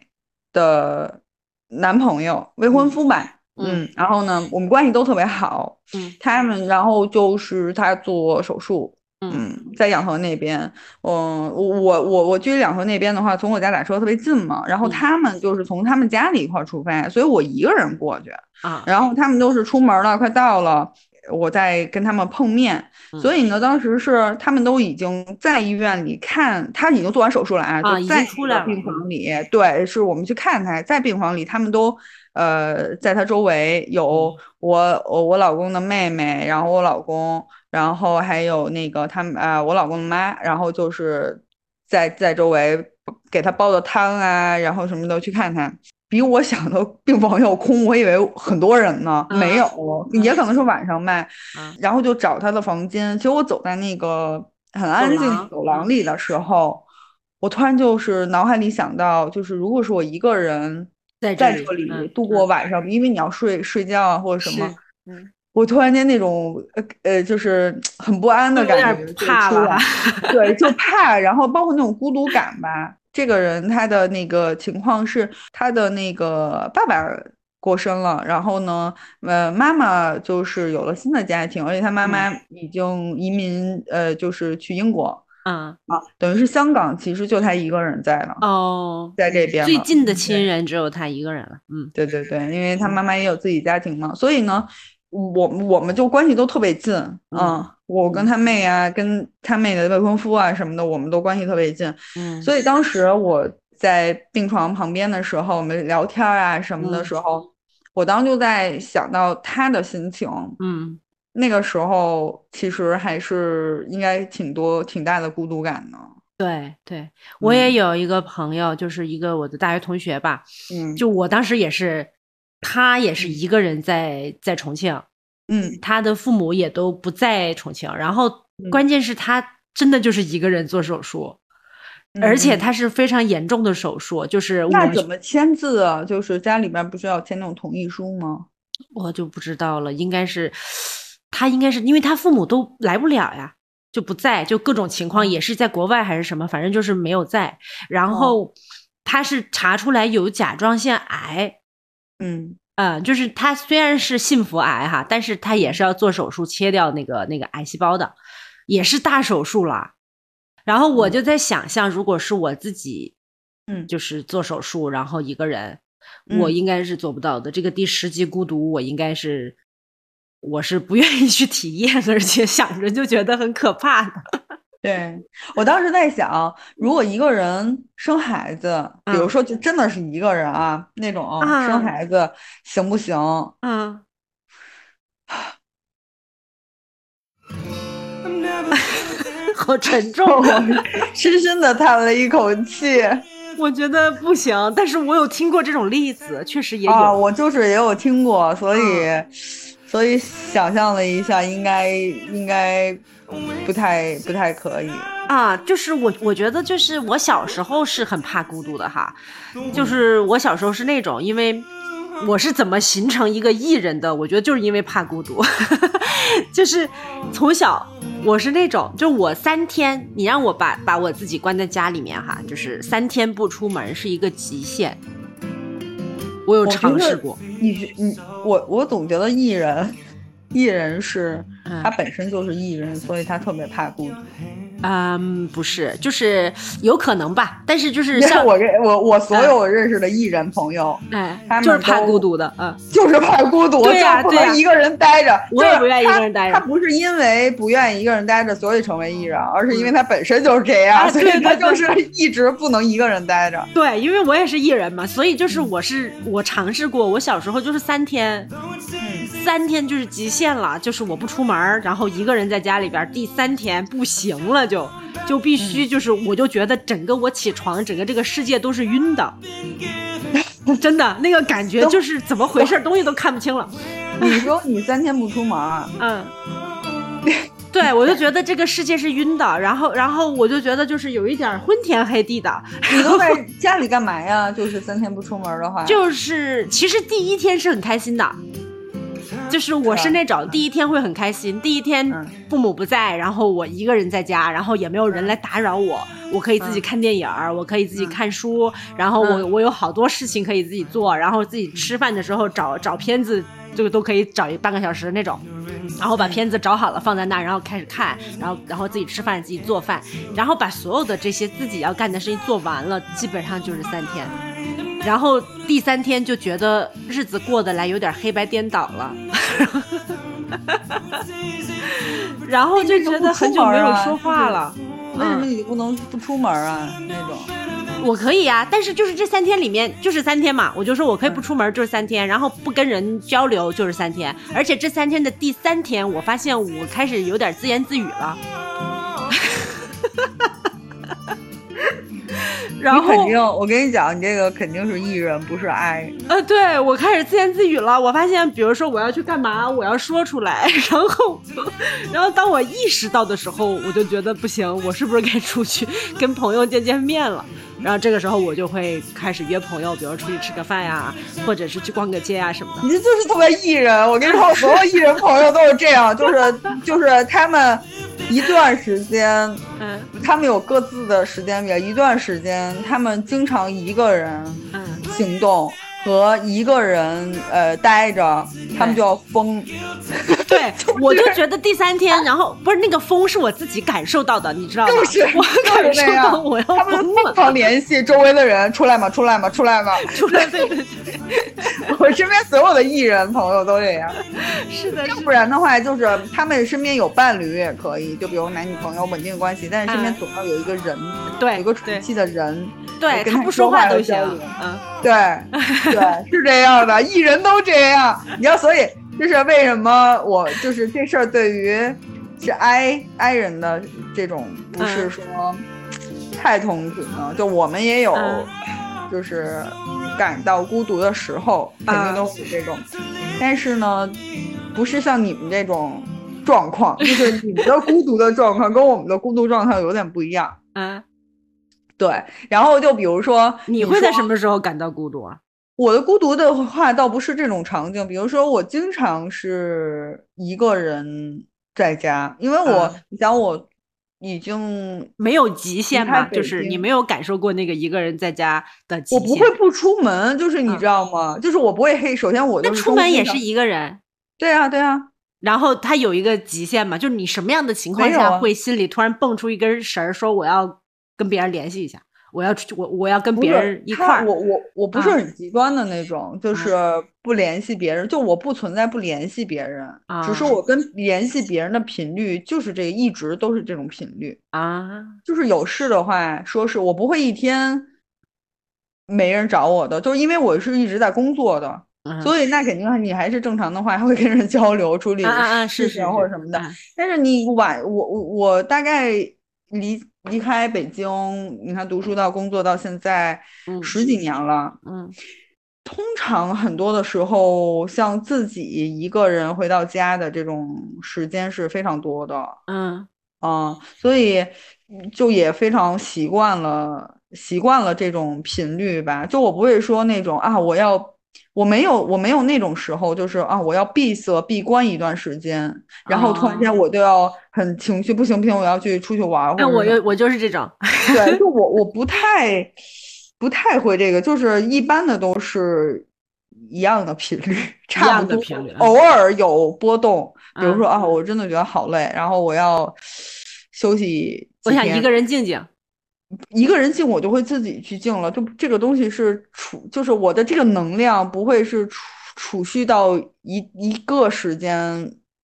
[SPEAKER 2] 的男朋友，未婚夫吧，
[SPEAKER 1] 嗯
[SPEAKER 2] 嗯，然后呢，我们关系都特别好，
[SPEAKER 1] 嗯
[SPEAKER 2] 他们然后就是他做手术。
[SPEAKER 1] 嗯
[SPEAKER 2] 嗯，在养和那边，嗯，我我我我居两河那边的话，从我家打车特别近嘛，然后
[SPEAKER 1] 嗯
[SPEAKER 2] 他们就是从他们家里一块儿出发，所以我一个人过去，
[SPEAKER 1] 啊，
[SPEAKER 2] 然后他们都是出门了，快到了，我再跟他们碰面，
[SPEAKER 1] 嗯
[SPEAKER 2] 所以呢，当时是他们都已经在医院里看，他已经做完手术了啊，
[SPEAKER 1] 啊
[SPEAKER 2] 就
[SPEAKER 1] 已
[SPEAKER 2] 在
[SPEAKER 1] 经出来了
[SPEAKER 2] 病房里，对，是我们去看他，在病房里，他们都呃在他周围
[SPEAKER 1] 嗯
[SPEAKER 2] 有我我我老公的妹妹，然后我老公，然后还有那个他们啊、我老公的妈，然后就是在在周围给他煲的汤啊，然后什么的去看他。比我想的病房要空，我以为很多人呢，
[SPEAKER 1] 嗯
[SPEAKER 2] 没有，也可能是晚上呗。
[SPEAKER 1] 嗯
[SPEAKER 2] 然后就找他的房间。其实我走在那个很安静的
[SPEAKER 1] 廊嗯
[SPEAKER 2] 走廊里的时候，我突然就是脑海里想到，就是如果是我一个人
[SPEAKER 1] 在
[SPEAKER 2] 在
[SPEAKER 1] 这
[SPEAKER 2] 这
[SPEAKER 1] 里
[SPEAKER 2] 里
[SPEAKER 1] 嗯
[SPEAKER 2] 度过
[SPEAKER 1] 嗯
[SPEAKER 2] 晚上，因为你要睡睡觉啊或者什么
[SPEAKER 1] 是，嗯
[SPEAKER 2] 我突然间那种呃呃，就是很不安的
[SPEAKER 1] 就有
[SPEAKER 2] 感觉
[SPEAKER 1] 点
[SPEAKER 2] 就
[SPEAKER 1] 怕
[SPEAKER 2] 出
[SPEAKER 1] 了
[SPEAKER 2] 来对，就怕，然后包括那种孤独感吧。这个人他的那个情况是他的那个爸爸过身了，然后呢，呃，妈妈就是有了新的家庭，而且她妈妈
[SPEAKER 1] 嗯
[SPEAKER 2] 已经移民，呃，就是去英国
[SPEAKER 1] 啊，
[SPEAKER 2] 啊，等于是香港其实就她一个人在了，
[SPEAKER 1] 哦，
[SPEAKER 2] 在这边嗯
[SPEAKER 1] 最
[SPEAKER 2] 了
[SPEAKER 1] 近的亲人只有他一个人了，嗯，
[SPEAKER 2] 对对对，因为她妈妈也有自己家庭嘛，所以呢，我我们就关系都特别近，嗯，我跟她妹啊，跟她妹的未婚夫啊什么的，我们都关系特别近，
[SPEAKER 1] 嗯，
[SPEAKER 2] 所以当时我在病床旁边的时候，我们聊天啊什么的
[SPEAKER 1] 嗯
[SPEAKER 2] 时候，我当时就在想到他的心情。
[SPEAKER 1] 嗯
[SPEAKER 2] 那个时候其实还是应该挺多挺大的孤独感的。
[SPEAKER 1] 对对，我也有一个朋友，就是一个我的大学同学吧，
[SPEAKER 2] 嗯
[SPEAKER 1] 就我当时也是，他也是一个人在在重庆，
[SPEAKER 2] 嗯
[SPEAKER 1] 他的父母也都不在重庆，然后
[SPEAKER 2] 嗯
[SPEAKER 1] 关键是他真的就是一个人做手术，而且
[SPEAKER 2] 嗯
[SPEAKER 1] 他是非常严重的手术，就是我
[SPEAKER 2] 那怎么签字啊？就是家里边不是要签那种同意书吗？
[SPEAKER 1] 我就不知道了，应该是他应该是因为他父母都来不了呀，就不在，就各种情况也是在国外还是什么，反正就是没有在。然后他是查出来有甲状腺癌，
[SPEAKER 2] 嗯
[SPEAKER 1] 嗯，就是他虽然是幸福癌哈，但是他也是要做手术切掉那个那个癌细胞的，也是大手术啦。然后我就在想象，如果是我自己，
[SPEAKER 2] 嗯
[SPEAKER 1] 就是做手术，然后一个人，我
[SPEAKER 2] 嗯
[SPEAKER 1] 应该是做不到的。这个第十级孤独，我应该是我是不愿意去体验，而且想着就觉得很可怕的。
[SPEAKER 2] 对我当时在想，如果一个人生孩子，比如
[SPEAKER 1] 嗯
[SPEAKER 2] 说就真的是一个人啊，那种
[SPEAKER 1] 啊
[SPEAKER 2] 生孩子行不行？
[SPEAKER 1] 嗯，好沉重
[SPEAKER 2] 我
[SPEAKER 1] 啊！
[SPEAKER 2] 深深的叹了一口气
[SPEAKER 1] 我觉得不行，但是我有听过这种例子，确 实也有。嗯
[SPEAKER 2] 啊，我就是也有听过，所以、所以想象了一下，应该应该不太不太可以。
[SPEAKER 1] 啊，就是我，我觉得就是我小时候是很怕孤独的哈，就是我小时候是那种，因为我是怎么形成一个艺人的，我觉得就是因为怕孤独， 就是从小我是那种，就我三天，你让我把把我自己关在家里面哈，就是三天不出门是一个极限，我有
[SPEAKER 2] 我觉
[SPEAKER 1] 尝
[SPEAKER 2] 得
[SPEAKER 1] 试过，
[SPEAKER 2] 你觉你我我总觉得艺人，艺人是
[SPEAKER 1] 嗯
[SPEAKER 2] 他本身就是艺人，所以他特别怕孤独。
[SPEAKER 1] 嗯，不是，就是有可能吧，但是就是
[SPEAKER 2] 因 为
[SPEAKER 1] 像嗯
[SPEAKER 2] 我认我我所有我认识的艺人朋友，
[SPEAKER 1] 哎
[SPEAKER 2] 他，们
[SPEAKER 1] 就是怕
[SPEAKER 2] 都
[SPEAKER 1] 孤独的，嗯。
[SPEAKER 2] 就是怕孤独，
[SPEAKER 1] 对呀
[SPEAKER 2] 就不
[SPEAKER 1] 对呀
[SPEAKER 2] 能一个人待着。
[SPEAKER 1] 我也不愿意
[SPEAKER 2] 就是
[SPEAKER 1] 一个人待着
[SPEAKER 2] 他。他不是因为不愿意一个人待着，所以成为艺人，而是因为他本身就是这
[SPEAKER 1] 嗯
[SPEAKER 2] 样，
[SPEAKER 1] 啊
[SPEAKER 2] 所
[SPEAKER 1] 对
[SPEAKER 2] 以他
[SPEAKER 1] 对对
[SPEAKER 2] 就是一直不能一个人待着。
[SPEAKER 1] 对，因为我也是艺人嘛，所以就是我是我尝试过，我小时候就是三天，三天就是极限了，就是我不出门儿，然后一个人在家里边儿，第三天不行了就。就必须就是，我就觉得整个我起床，整个这个世界都是晕的，真的那个感觉就是怎么回事儿，东西都看不清了。
[SPEAKER 2] 嗯你说你三天不出门，
[SPEAKER 1] 嗯，对，我就觉得这个世界是晕的，然后然后我就觉得就是有一点儿昏天黑地的，
[SPEAKER 2] 你 都在家里干嘛呀？就是三天不出门的话，
[SPEAKER 1] 就是其实第一天是很开心的，就是我是那种第一天会很开心，第一天
[SPEAKER 2] 啊嗯
[SPEAKER 1] 父母不在，然后我一个人在家，然后也没有人来打扰我，我可以自己看电影儿，我可以自己看书，然后我
[SPEAKER 2] 嗯
[SPEAKER 1] 我有好多事情可以自己做，然后自己吃饭的时候
[SPEAKER 2] 嗯
[SPEAKER 1] 找找片子。就都可以找一半个小时那种，然后把片子找好了放在那儿，然后开始看，然后然后自己吃饭，自己做饭，然后把所有的这些自己要干的事情做完了，基本上就是三天。然后第三天就觉得日子过得来有点黑白颠倒了， 然后就觉得很久没有说话了。
[SPEAKER 2] 为
[SPEAKER 1] 嗯
[SPEAKER 2] 什么你就不能不出门啊？那种，
[SPEAKER 1] 我可以啊，但是就是这三天里面就是三天嘛，我就说我
[SPEAKER 2] 嗯
[SPEAKER 1] 可以不出门就是三天，然后不跟人交流就是三天，而且这三天的第三天，我发现我开始有点自言自语了。 然
[SPEAKER 2] 你
[SPEAKER 1] 后
[SPEAKER 2] 肯定，我跟你讲，你这个肯定是艺人，不是 I。
[SPEAKER 1] 呃，对我开始自言自语了。我发现，比如说我要去干嘛，我要说出来， 然后，然后当我意识到的时候，我就觉得不行，我是不是该出去跟朋友见见面了？然后这个时候我就会开始约朋友，比如出去吃个饭呀、或者是去逛个街啊什么的。
[SPEAKER 2] 你这就是特别艺人，我跟你说，我所有艺人朋友都是这样，就是就是他们一段时间，
[SPEAKER 1] 嗯
[SPEAKER 2] 他们有各自的时间表，一段时间他们经常一个人
[SPEAKER 1] 嗯
[SPEAKER 2] 行动，和一个人呃待着，他们就要疯。
[SPEAKER 1] 对，我就觉得第三天，然后不是那个疯是我自己感受到的，你知道吗？
[SPEAKER 2] 就是
[SPEAKER 1] 我
[SPEAKER 2] 就
[SPEAKER 1] 感
[SPEAKER 2] 是
[SPEAKER 1] 受
[SPEAKER 2] 那
[SPEAKER 1] 到
[SPEAKER 2] 样
[SPEAKER 1] 我要
[SPEAKER 2] 他们
[SPEAKER 1] 疯
[SPEAKER 2] 经
[SPEAKER 1] 了，
[SPEAKER 2] 常联系周围的人，出来嘛，出来嘛，出来嘛。
[SPEAKER 1] 出来对对对，
[SPEAKER 2] 我身边所有的艺人朋友都这样，
[SPEAKER 1] 是的，
[SPEAKER 2] 要
[SPEAKER 1] 是
[SPEAKER 2] 不然的话，就是他们身边有伴侣也可以，就比如男女朋友稳定关系，但是身边
[SPEAKER 1] 嗯
[SPEAKER 2] 总要有一个人，有
[SPEAKER 1] 对
[SPEAKER 2] 一个
[SPEAKER 1] 对
[SPEAKER 2] 喘气的人。
[SPEAKER 1] 对，
[SPEAKER 2] 跟
[SPEAKER 1] 他
[SPEAKER 2] 他
[SPEAKER 1] 不
[SPEAKER 2] 说
[SPEAKER 1] 说
[SPEAKER 2] 话
[SPEAKER 1] 话
[SPEAKER 2] 有
[SPEAKER 1] 都行
[SPEAKER 2] 交流，
[SPEAKER 1] 嗯，
[SPEAKER 2] 对对，是这样的， 艺人都这样。你要所以这是为什么我就是这事儿对于是 I I 人的这种不
[SPEAKER 1] 嗯
[SPEAKER 2] 是说太痛苦呢？就我们也有
[SPEAKER 1] 嗯
[SPEAKER 2] 就是感到孤独的时候，肯定都会有这种，
[SPEAKER 1] 嗯
[SPEAKER 2] 但是呢，不是像你们这种。状况 就是你们的孤独的状况跟我们的孤独状况有点不一样，
[SPEAKER 1] 嗯，
[SPEAKER 2] 对。然后就比如说，
[SPEAKER 1] 你会在
[SPEAKER 2] 么？
[SPEAKER 1] 什么时候感到孤独啊？
[SPEAKER 2] 我的孤独的话，倒不是这种场景，比如说我经常是一个人在家，因为我，
[SPEAKER 1] 嗯
[SPEAKER 2] 你想我已经，
[SPEAKER 1] 没有极限
[SPEAKER 2] 开
[SPEAKER 1] 吧，
[SPEAKER 2] 北
[SPEAKER 1] 就是你
[SPEAKER 2] 京
[SPEAKER 1] 没有感受过那个一个人在家的极
[SPEAKER 2] 我
[SPEAKER 1] 限。
[SPEAKER 2] 不会，不出门，就是你
[SPEAKER 1] 嗯
[SPEAKER 2] 知道吗？就是我不会黑，首先我
[SPEAKER 1] 那
[SPEAKER 2] 就是
[SPEAKER 1] 出
[SPEAKER 2] 中
[SPEAKER 1] 门
[SPEAKER 2] 非
[SPEAKER 1] 也
[SPEAKER 2] 常
[SPEAKER 1] 是，一个人。
[SPEAKER 2] 对啊，对啊，
[SPEAKER 1] 然后他有一个极限嘛，就是你什么样的情况
[SPEAKER 2] 没有
[SPEAKER 1] 下
[SPEAKER 2] 啊
[SPEAKER 1] 会心里突然蹦出一根绳儿，说我要跟别人联系一下，我要出我我要跟
[SPEAKER 2] 不
[SPEAKER 1] 别
[SPEAKER 2] 是
[SPEAKER 1] 人一
[SPEAKER 2] 他
[SPEAKER 1] 块儿嗯
[SPEAKER 2] 我我我不是
[SPEAKER 1] 啊
[SPEAKER 2] 很极端的那种，就是不联系别人，就我不存在不联系别人，只是
[SPEAKER 1] 啊
[SPEAKER 2] 我跟联系别人的频率就是这个，一直都是这种频率。
[SPEAKER 1] 啊，
[SPEAKER 2] 就是有事的话，说是我不会一天没人找我的，就是因为我是一直在工作的，
[SPEAKER 1] 嗯
[SPEAKER 2] 所以那肯定你还是正常的话，还会跟人交流、处理
[SPEAKER 1] 啊啊啊
[SPEAKER 2] 事
[SPEAKER 1] 是
[SPEAKER 2] 情
[SPEAKER 1] 是
[SPEAKER 2] 或者
[SPEAKER 1] 是
[SPEAKER 2] 什么的。
[SPEAKER 1] 啊
[SPEAKER 2] 但是你晚，我我我大概离离开北京，你看读书到工作到现在
[SPEAKER 1] 嗯
[SPEAKER 2] 十几年了。
[SPEAKER 1] 嗯
[SPEAKER 2] 通常很多的时候，像自己一个人回到家的这种时间是非常多的。
[SPEAKER 1] 嗯
[SPEAKER 2] 嗯，所以嗯就也非常习惯了，习惯了这种频率吧。就我不会说那种啊，我要，我没有，我没有那种时候，就是啊，我要闭塞、闭关一段时间，然后突然间
[SPEAKER 1] 哦
[SPEAKER 2] 我就要很情绪，不行不行，我要去出去玩儿或
[SPEAKER 1] 哎，
[SPEAKER 2] 者
[SPEAKER 1] 我
[SPEAKER 2] 什么
[SPEAKER 1] 就我就是这种，
[SPEAKER 2] 对，就我我不太不太会这个，就是一般的都是一样的频率，差
[SPEAKER 1] 样
[SPEAKER 2] 不
[SPEAKER 1] 的
[SPEAKER 2] 多
[SPEAKER 1] 频率嗯
[SPEAKER 2] 偶尔有波动，比如
[SPEAKER 1] 嗯
[SPEAKER 2] 说啊，我真的觉得好累，然后我要休息
[SPEAKER 1] 我
[SPEAKER 2] 几
[SPEAKER 1] 想一
[SPEAKER 2] 天
[SPEAKER 1] 个人静静，
[SPEAKER 2] 一个人静，我就会自己去静了。就这个东西是储，就是我的这个能量不会是储储蓄到一一个时间，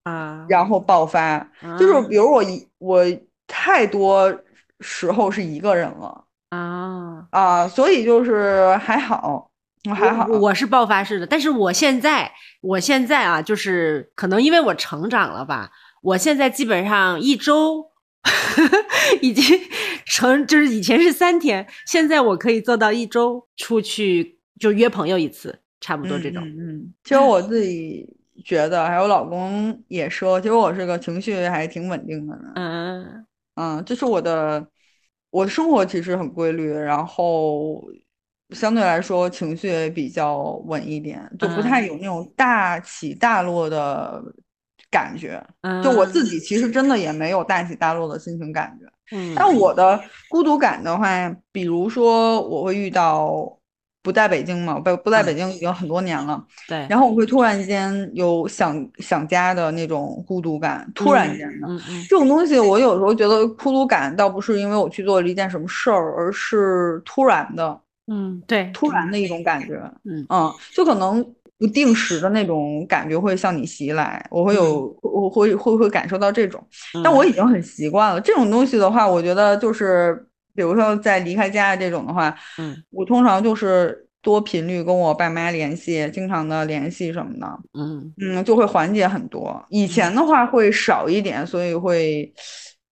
[SPEAKER 1] 啊，
[SPEAKER 2] 然后爆发。
[SPEAKER 1] 嗯
[SPEAKER 2] 就是比如我一我太多时候是一个人了。
[SPEAKER 1] 啊。
[SPEAKER 2] 啊，所以就是还好，嗯还好，
[SPEAKER 1] 我我是爆发式的，但是我现在，我现在啊，就是可能因为我成长了吧，我现在基本上一周 已经成，就是以前是三天，现在我可以做到一周出去就约朋友一次，差不多这种。
[SPEAKER 2] 嗯嗯嗯其实我自己觉得，还有老公也说，其实我是个情绪还挺稳定的人。
[SPEAKER 1] 嗯
[SPEAKER 2] 嗯，就是我的，我的生活其实很规律，然后相对来说情绪也比较稳一点，就不太
[SPEAKER 1] 嗯
[SPEAKER 2] 有那种大起大落的感觉。
[SPEAKER 1] 嗯，
[SPEAKER 2] 就我自己其实真的也没有大起大落的心情感觉。
[SPEAKER 1] 嗯，
[SPEAKER 2] 但我的孤独感的话，比如说我会遇到不在北京嘛，不不在
[SPEAKER 1] 嗯
[SPEAKER 2] 北京已经很多年了，
[SPEAKER 1] 对，
[SPEAKER 2] 然后我会突然间有想想家的那种孤独感，突然间的。
[SPEAKER 1] 嗯嗯
[SPEAKER 2] 这种东西，我有时候觉得孤独感倒不是因为我去做了一件什么事儿，而是突然的、
[SPEAKER 1] 嗯，对，
[SPEAKER 2] 突然的一种感觉。
[SPEAKER 1] 嗯
[SPEAKER 2] 嗯，就可能不定时的那种感觉会向你袭来，我会有，我会会会感受到这种。
[SPEAKER 1] 嗯，
[SPEAKER 2] 但我已经很习惯了这种东西的话，我觉得就是，比如说在离开家这种的话，
[SPEAKER 1] 嗯
[SPEAKER 2] 我通常就是多频率跟我爸妈联系，经常的联系什么的，
[SPEAKER 1] 嗯
[SPEAKER 2] 嗯，就会缓解很多。以前的话会少一点，所以会，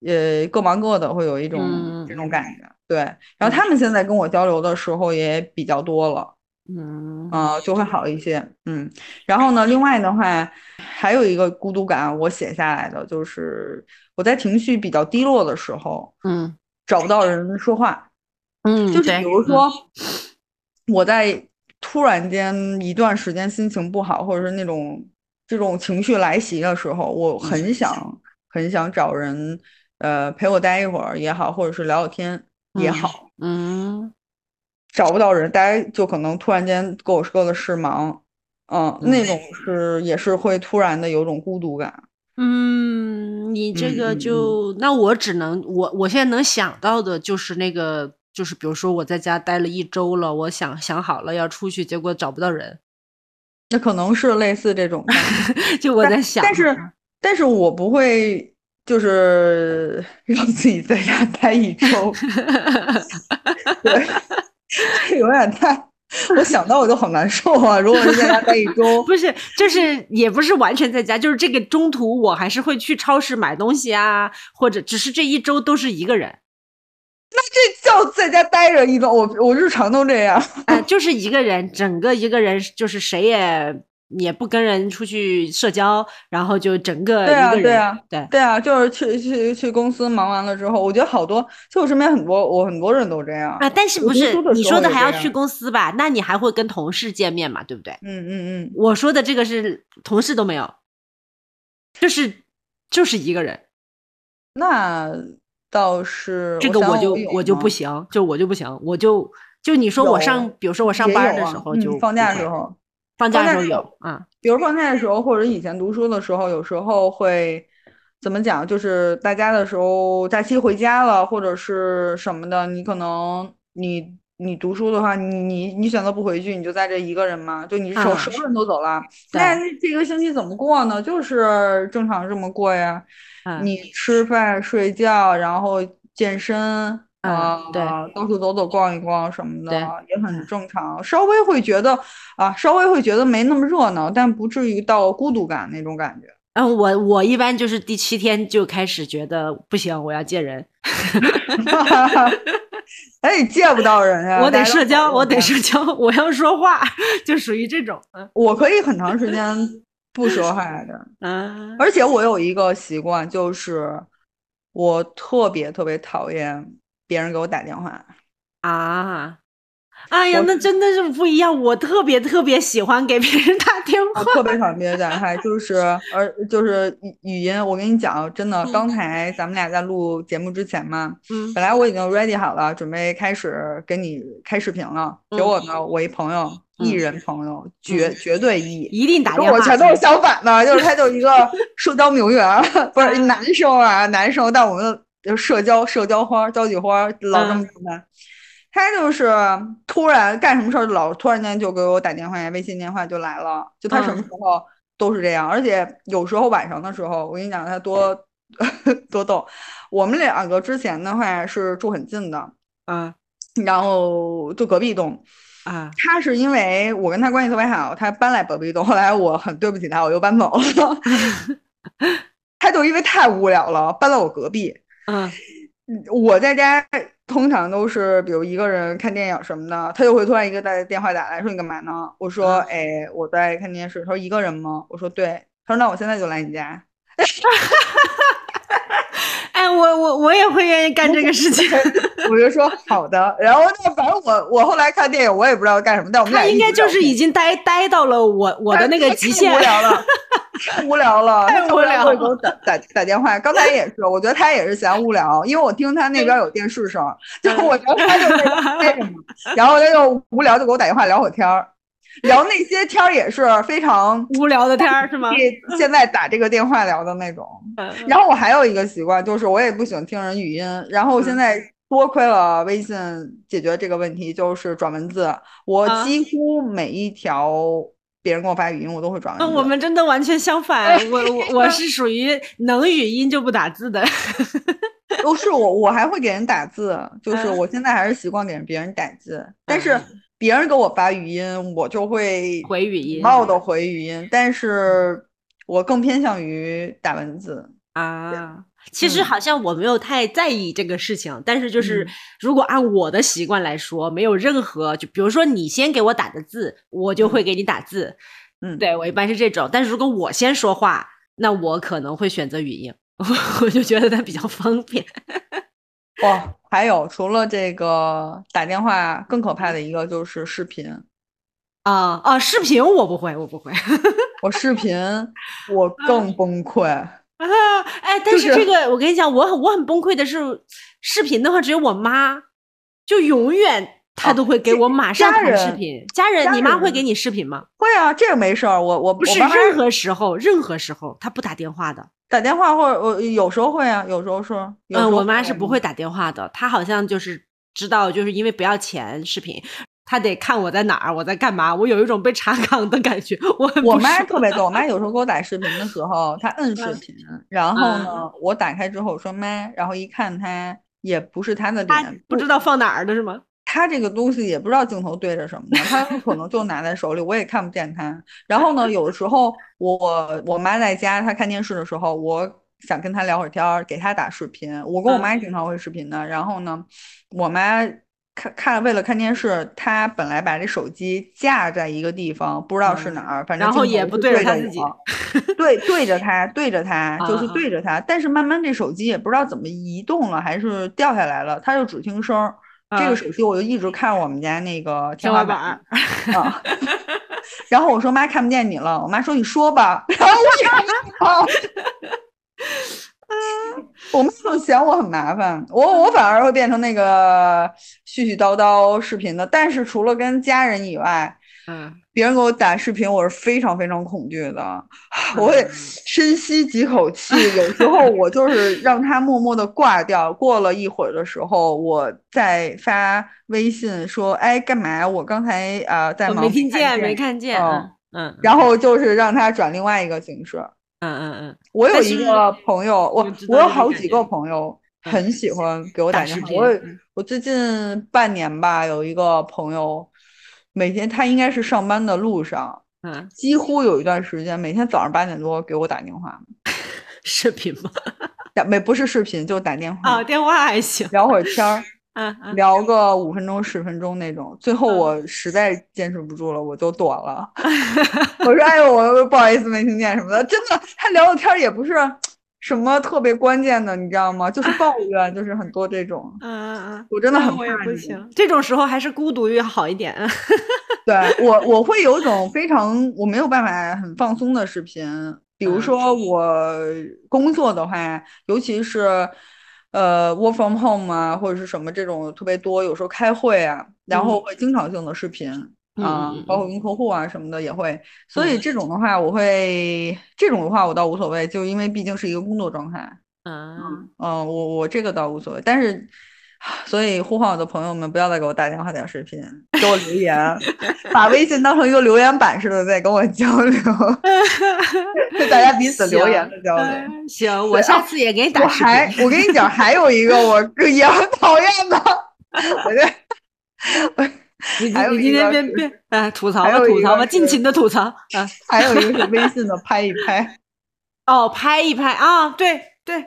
[SPEAKER 2] 呃，各忙各的，会有一种
[SPEAKER 1] 嗯
[SPEAKER 2] 这种感觉。对，然后他们现在跟我交流的时候也比较多了。
[SPEAKER 1] 嗯
[SPEAKER 2] 啊、就会好一些，嗯。然后呢，另外的话，还有一个孤独感，我写下来的就是我在情绪比较低落的时候，
[SPEAKER 1] 嗯
[SPEAKER 2] 找不到人说话，
[SPEAKER 1] 嗯，
[SPEAKER 2] 就是
[SPEAKER 1] 对嗯
[SPEAKER 2] 比如，说，我在突然间一段时间心情不好，或者是那种这种情绪来袭的时候，我
[SPEAKER 1] 嗯
[SPEAKER 2] 很想很想找人，呃，陪我待一会儿也好，或者是聊聊天也
[SPEAKER 1] 嗯
[SPEAKER 2] 好，
[SPEAKER 1] 嗯
[SPEAKER 2] 找不到人，大家就可能突然间各有各的事忙，嗯，那种是也是会突然的有种孤独感。
[SPEAKER 1] 嗯，你这个就、那我只能我我现在能想到的就是那个就是比如说我在家待了一周了，我想想好了要出去，结果找不到人，
[SPEAKER 2] 那可能是类似这种 吧，
[SPEAKER 1] 就我在想，
[SPEAKER 2] 但是但是我不会就是让自己在家待一周，对，这有点太，我想到我就好难受啊！如果是在家待一周，
[SPEAKER 1] 不是就是也不是完全在家，就是这个中途我还是会去超市买东西啊，或者只是这一周都是一个人，
[SPEAKER 2] 这叫在家待着一周，我我日常都这样。
[SPEAKER 1] 哎、就是一个人，整个一个人就是谁也也不跟人出去社交，然后就整个一
[SPEAKER 2] 对啊
[SPEAKER 1] 个人，
[SPEAKER 2] 对啊
[SPEAKER 1] 对
[SPEAKER 2] 对啊，就是去去去公司忙完了之后，我觉得好多，就我身边很多我很多人都这样。
[SPEAKER 1] 啊，但是
[SPEAKER 2] 我
[SPEAKER 1] 不
[SPEAKER 2] 读
[SPEAKER 1] 是
[SPEAKER 2] 书的
[SPEAKER 1] 你
[SPEAKER 2] 时
[SPEAKER 1] 说
[SPEAKER 2] 候
[SPEAKER 1] 的
[SPEAKER 2] 也
[SPEAKER 1] 还
[SPEAKER 2] 这
[SPEAKER 1] 要
[SPEAKER 2] 样
[SPEAKER 1] 去公司吧？那你还会跟同事见面嘛？对不对？
[SPEAKER 2] 嗯嗯嗯，
[SPEAKER 1] 我说的这个是同事都没有，就是就是一个人，
[SPEAKER 2] 那倒是
[SPEAKER 1] 这个
[SPEAKER 2] 我
[SPEAKER 1] 我
[SPEAKER 2] 想嗯
[SPEAKER 1] 就
[SPEAKER 2] 有
[SPEAKER 1] 我就不
[SPEAKER 2] 吗
[SPEAKER 1] 行，就我就不行，我就就你说我上
[SPEAKER 2] 有，
[SPEAKER 1] 比如说我上
[SPEAKER 2] 也
[SPEAKER 1] 班
[SPEAKER 2] 有
[SPEAKER 1] 的
[SPEAKER 2] 啊
[SPEAKER 1] 时候
[SPEAKER 2] 嗯
[SPEAKER 1] 就
[SPEAKER 2] 放
[SPEAKER 1] 不
[SPEAKER 2] 假的
[SPEAKER 1] 会
[SPEAKER 2] 时候，
[SPEAKER 1] 放
[SPEAKER 2] 放
[SPEAKER 1] 假的
[SPEAKER 2] 假
[SPEAKER 1] 时候
[SPEAKER 2] 时
[SPEAKER 1] 有
[SPEAKER 2] 候
[SPEAKER 1] 啊，
[SPEAKER 2] 比如放假的时候，或者以前读书的时候，有时候会怎么讲？就是大家的时候，假期回家了，或者是什么的，你可能你你读书的话，你你你选择不回去，你就在这一个人嘛，就你手
[SPEAKER 1] 嗯
[SPEAKER 2] 所有人都走了，
[SPEAKER 1] 对
[SPEAKER 2] 那这个星期怎么过呢？就是正常这么过呀，
[SPEAKER 1] 嗯
[SPEAKER 2] 你吃饭睡觉，然后健身。
[SPEAKER 1] 嗯
[SPEAKER 2] 啊、
[SPEAKER 1] 对
[SPEAKER 2] 到处走走逛一逛什么的啊
[SPEAKER 1] 对嗯
[SPEAKER 2] 也很正常，稍微会觉得啊，稍微会觉得没那么热闹，但不至于到孤独感那种感觉。
[SPEAKER 1] 嗯，我我一般就是第七天就开始觉得不行，我要见人，
[SPEAKER 2] 哎，戒不到人呀、
[SPEAKER 1] 我得
[SPEAKER 2] 大家都
[SPEAKER 1] 社交，
[SPEAKER 2] 好
[SPEAKER 1] 我得
[SPEAKER 2] 呀
[SPEAKER 1] 社交，我要说话， 就属于这种，嗯
[SPEAKER 2] 我可以很长时间不 说话的，
[SPEAKER 1] 啊，
[SPEAKER 2] 而且我有一个习惯，就是我特别特别讨厌别人给我打电话。
[SPEAKER 1] 啊，哎呀，
[SPEAKER 2] 我
[SPEAKER 1] 那真的是不一样。我特别特别喜欢给别人打电
[SPEAKER 2] 我
[SPEAKER 1] 话。
[SPEAKER 2] 啊特别讨厌别人打电话，就是而就是语语音。我跟你讲，真的，
[SPEAKER 1] 嗯
[SPEAKER 2] 刚才咱们俩在录节目之前嘛，
[SPEAKER 1] 嗯
[SPEAKER 2] 本来我已经 ready 好了，准备开始给你开视频了。结果呢，我一朋友，艺
[SPEAKER 1] 嗯
[SPEAKER 2] 人朋友，绝绝对艺，
[SPEAKER 1] 一定打
[SPEAKER 2] 跟
[SPEAKER 1] 电话。
[SPEAKER 2] 我全都是相 反的，就是他就一个社交名媛，不
[SPEAKER 1] 嗯
[SPEAKER 2] 是男生啊，男生，但我们就社交社交花、交际花，老这么
[SPEAKER 1] 嗯
[SPEAKER 2] 简单。他就是突然干什么事儿，老突然间就给我打电话呀，微信电话就来了，就他什么
[SPEAKER 1] 嗯
[SPEAKER 2] 时候都是这样，而且有时候晚上的时候，我跟你讲他多 多逗。我们两个之前的话是住很近的，
[SPEAKER 1] 啊
[SPEAKER 2] 然后就隔壁栋。
[SPEAKER 1] 啊
[SPEAKER 2] 他是因为我跟他关系特别好，他搬来隔壁栋，后来我很对不起他，我又搬走了。 他就因为太无聊了，搬到我隔壁。
[SPEAKER 1] 嗯
[SPEAKER 2] 嗯我在家通常都是比如一个人看电影什么的，他就会突然一个打电话打来说你干嘛呢？我说
[SPEAKER 1] 啊
[SPEAKER 2] 哎我在看电视。他说一个人吗？我说对。他说那我现在就来你家。
[SPEAKER 1] 哎，我我我也会愿意干这个事情。
[SPEAKER 2] 我就说好的。然后那反正我我后来看电影我也不知道干什么，但我们俩
[SPEAKER 1] 他应
[SPEAKER 2] 一直
[SPEAKER 1] 该就
[SPEAKER 2] 聊
[SPEAKER 1] 是
[SPEAKER 2] 天
[SPEAKER 1] 已经呆呆到了我我的那个极限
[SPEAKER 2] 太无。聊了，太无聊了，
[SPEAKER 1] 太
[SPEAKER 2] 他突然
[SPEAKER 1] 无聊
[SPEAKER 2] 会给我打打打电话。刚才也是，我觉得他也是嫌无聊，因为我听他那边有电视声，就是我觉得他就是那个嘛，然后他就无聊就给我打电话聊会儿天儿，聊那些天儿也是非常
[SPEAKER 1] 无聊的天儿 是吗？
[SPEAKER 2] 现在打这个电话聊的那种。
[SPEAKER 1] 嗯
[SPEAKER 2] 然后我还有一个习惯，就是我也不喜欢听人语音。然后
[SPEAKER 1] 嗯
[SPEAKER 2] 现在多亏了微信解决这个问题，就是转文字。我
[SPEAKER 1] 啊
[SPEAKER 2] 几乎每一条别人给我发语音，我都会转
[SPEAKER 1] 那
[SPEAKER 2] 文
[SPEAKER 1] 嗯
[SPEAKER 2] 字。
[SPEAKER 1] 我们真的完全相 反，我我我是属于能语音就不打字的。
[SPEAKER 2] 都是我，我还会给人打字，就是
[SPEAKER 1] 嗯
[SPEAKER 2] 我现在还是习惯给人别人打字，但是
[SPEAKER 1] 嗯
[SPEAKER 2] 别人给我发语音，我就会
[SPEAKER 1] 回语
[SPEAKER 2] 礼
[SPEAKER 1] 音
[SPEAKER 2] 貌的回语音，但是我更偏向于打文字。
[SPEAKER 1] 啊，其实
[SPEAKER 2] 嗯
[SPEAKER 1] 好像我没有太在意这个事情，但是就是
[SPEAKER 2] 嗯
[SPEAKER 1] 如果按我的习惯来说，没有任何就比如说你先给我打的字，我就会给你打字，
[SPEAKER 2] 嗯，，
[SPEAKER 1] 对我一般是这种。但是如果我先说话，那我可能会选择语音， 我就觉得它比较方便。
[SPEAKER 2] 哇，还有除了这个打电话，更可怕的一个就是视频。
[SPEAKER 1] 啊啊，视频我不会，我不会
[SPEAKER 2] 我视频
[SPEAKER 1] 嗯
[SPEAKER 2] 我更崩溃，
[SPEAKER 1] 啊！哎，但
[SPEAKER 2] 就是是
[SPEAKER 1] 这个我跟你讲，我很我很崩溃的是，视频的话只有我妈，就永远
[SPEAKER 2] 哦
[SPEAKER 1] 他都会给我马上看视频。家人，
[SPEAKER 2] 家
[SPEAKER 1] 你妈
[SPEAKER 2] 人
[SPEAKER 1] 会给你视频吗？
[SPEAKER 2] 会啊，这个没事儿。我我
[SPEAKER 1] 不是
[SPEAKER 2] 我妈
[SPEAKER 1] 任何时候，任何时候他不打电话的。
[SPEAKER 2] 打电话或者我有时候会啊，有时候是。有
[SPEAKER 1] 嗯，
[SPEAKER 2] 时候啊
[SPEAKER 1] 我妈是不会打电话的，她好像就是知道，就是因为不要钱视频，她得看我在哪儿，我在干嘛，我有一种被查岗的感觉。我很
[SPEAKER 2] 我
[SPEAKER 1] 不
[SPEAKER 2] 妈
[SPEAKER 1] 爽
[SPEAKER 2] 特别逗，我妈有时候给我打视频的时候，她摁视
[SPEAKER 1] 嗯
[SPEAKER 2] 频，然后呢，我打开之后我说妈，然后一看她也不是她的
[SPEAKER 1] 她
[SPEAKER 2] 脸，
[SPEAKER 1] 不知道放哪儿的是吗？
[SPEAKER 2] 她这个东西也不知道镜头对着什么的，她有可能就拿在手里，我也看不见她。然后呢，有的时候我我妈在家，她看电视的时候，我想跟她聊会儿天儿，给她打视频。我
[SPEAKER 1] 嗯
[SPEAKER 2] 跟我妈经常会视频的。然后呢，我妈看看为了看电视，她本来把这手机架在一个地方，不知道是哪儿，反
[SPEAKER 1] 嗯
[SPEAKER 2] 正
[SPEAKER 1] 然后
[SPEAKER 2] 镜头
[SPEAKER 1] 也
[SPEAKER 2] 是
[SPEAKER 1] 不对
[SPEAKER 2] 对
[SPEAKER 1] 着她
[SPEAKER 2] 我
[SPEAKER 1] 自己
[SPEAKER 2] 对对着她，对着她，就是
[SPEAKER 1] 啊啊
[SPEAKER 2] 对着她。但是慢慢这手机也不知道怎么移动了，还是掉下来了，她就只听声儿。这
[SPEAKER 1] 啊
[SPEAKER 2] 个手机我就一直看我们家那个
[SPEAKER 1] 天
[SPEAKER 2] 天
[SPEAKER 1] 花
[SPEAKER 2] 花
[SPEAKER 1] 板
[SPEAKER 2] 板
[SPEAKER 1] 儿，
[SPEAKER 2] 啊。 然后我说妈看不见你了，我妈说你说吧， 然后 我也我妈就嫌我很麻烦，我我反而会变成那个絮絮叨叨视频的。但是除了跟家人以外，
[SPEAKER 1] 嗯，
[SPEAKER 2] 别人给我打视频，我是非常非常恐惧的， 我
[SPEAKER 1] 嗯
[SPEAKER 2] 也深吸几口气。有时候我就是让它默默的挂掉，过了一会儿的时候，我再发微信说：“哎，干嘛？我刚才啊、呃在
[SPEAKER 1] 我
[SPEAKER 2] 忙，
[SPEAKER 1] 没听见，没
[SPEAKER 2] 见。
[SPEAKER 1] 看见。嗯
[SPEAKER 2] 哦
[SPEAKER 1] 嗯”
[SPEAKER 2] 然后就是让它转另外一个形式。
[SPEAKER 1] 嗯嗯嗯，
[SPEAKER 2] 我有
[SPEAKER 1] 但
[SPEAKER 2] 一
[SPEAKER 1] 是
[SPEAKER 2] 个朋友，我
[SPEAKER 1] 我知道
[SPEAKER 2] 我有
[SPEAKER 1] 这个
[SPEAKER 2] 好
[SPEAKER 1] 感
[SPEAKER 2] 几
[SPEAKER 1] 觉
[SPEAKER 2] 个朋友
[SPEAKER 1] 嗯
[SPEAKER 2] 很喜欢给我打
[SPEAKER 1] 打
[SPEAKER 2] 电
[SPEAKER 1] 视
[SPEAKER 2] 话。
[SPEAKER 1] 频
[SPEAKER 2] 我有
[SPEAKER 1] 嗯
[SPEAKER 2] 我最近半年吧，有一个朋友，每天他应该是上班的路上，
[SPEAKER 1] 嗯，
[SPEAKER 2] 几乎有一段时间，每天早上八点多给我打电话，
[SPEAKER 1] 视频吗？
[SPEAKER 2] 打没不是视频就打电话、
[SPEAKER 1] 啊，电话还行。
[SPEAKER 2] 聊会儿天儿，
[SPEAKER 1] 嗯嗯，
[SPEAKER 2] 聊个五分钟十分钟那种。最后我实在坚持不住了，我就 躲了。我说：“哎呦，我不好意思没听见什么的。”真的，他聊的天儿也不是什么特别关键的，你知道吗？就是抱怨，就是很多这种。
[SPEAKER 1] 嗯嗯嗯，
[SPEAKER 2] 我真的
[SPEAKER 1] 那
[SPEAKER 2] 很
[SPEAKER 1] 我也
[SPEAKER 2] 怕
[SPEAKER 1] 不
[SPEAKER 2] 这种
[SPEAKER 1] 行，这种时候还是孤独要好一点。嗯
[SPEAKER 2] 对我，我会有一种非常我没有办法很放松的视频，比如
[SPEAKER 1] 嗯
[SPEAKER 2] 说我工作的话，尤其是呃 work from home 啊，或者是什么这种特别多，有时候开会啊，然后
[SPEAKER 1] 嗯
[SPEAKER 2] 会经常性的视频
[SPEAKER 1] 嗯
[SPEAKER 2] 啊
[SPEAKER 1] 嗯嗯，
[SPEAKER 2] 包括跟客户啊什么的也会，所以
[SPEAKER 1] 嗯
[SPEAKER 2] 这种的话，我会这种的话我倒无所谓，就因为毕竟是一个工作状态，
[SPEAKER 1] 嗯，
[SPEAKER 2] 嗯，我我这个倒无所谓，但是，所以呼唤我的朋友们不要再给我打电话、打视频，给我 留言，把微信当成一个留言板似的在跟我交 流，就大家彼此留言的交流。
[SPEAKER 1] 嗯行，我
[SPEAKER 2] 对
[SPEAKER 1] 下
[SPEAKER 2] 啊
[SPEAKER 1] 次也给你
[SPEAKER 2] 呃我
[SPEAKER 1] 打视
[SPEAKER 2] 还
[SPEAKER 1] 频。
[SPEAKER 2] 我跟你讲，还有一个我更也很讨厌的，我这
[SPEAKER 1] 你
[SPEAKER 2] 还有
[SPEAKER 1] 你
[SPEAKER 2] 一
[SPEAKER 1] 今天
[SPEAKER 2] 个
[SPEAKER 1] 别
[SPEAKER 2] 是
[SPEAKER 1] 别啊，吐槽
[SPEAKER 2] 还
[SPEAKER 1] 吧，
[SPEAKER 2] 有
[SPEAKER 1] 吐
[SPEAKER 2] 一
[SPEAKER 1] 槽
[SPEAKER 2] 个
[SPEAKER 1] 吧，尽
[SPEAKER 2] 是
[SPEAKER 1] 情的吐槽啊。
[SPEAKER 2] 还有一个是微信的拍一拍，
[SPEAKER 1] 哦，拍一拍啊，对对，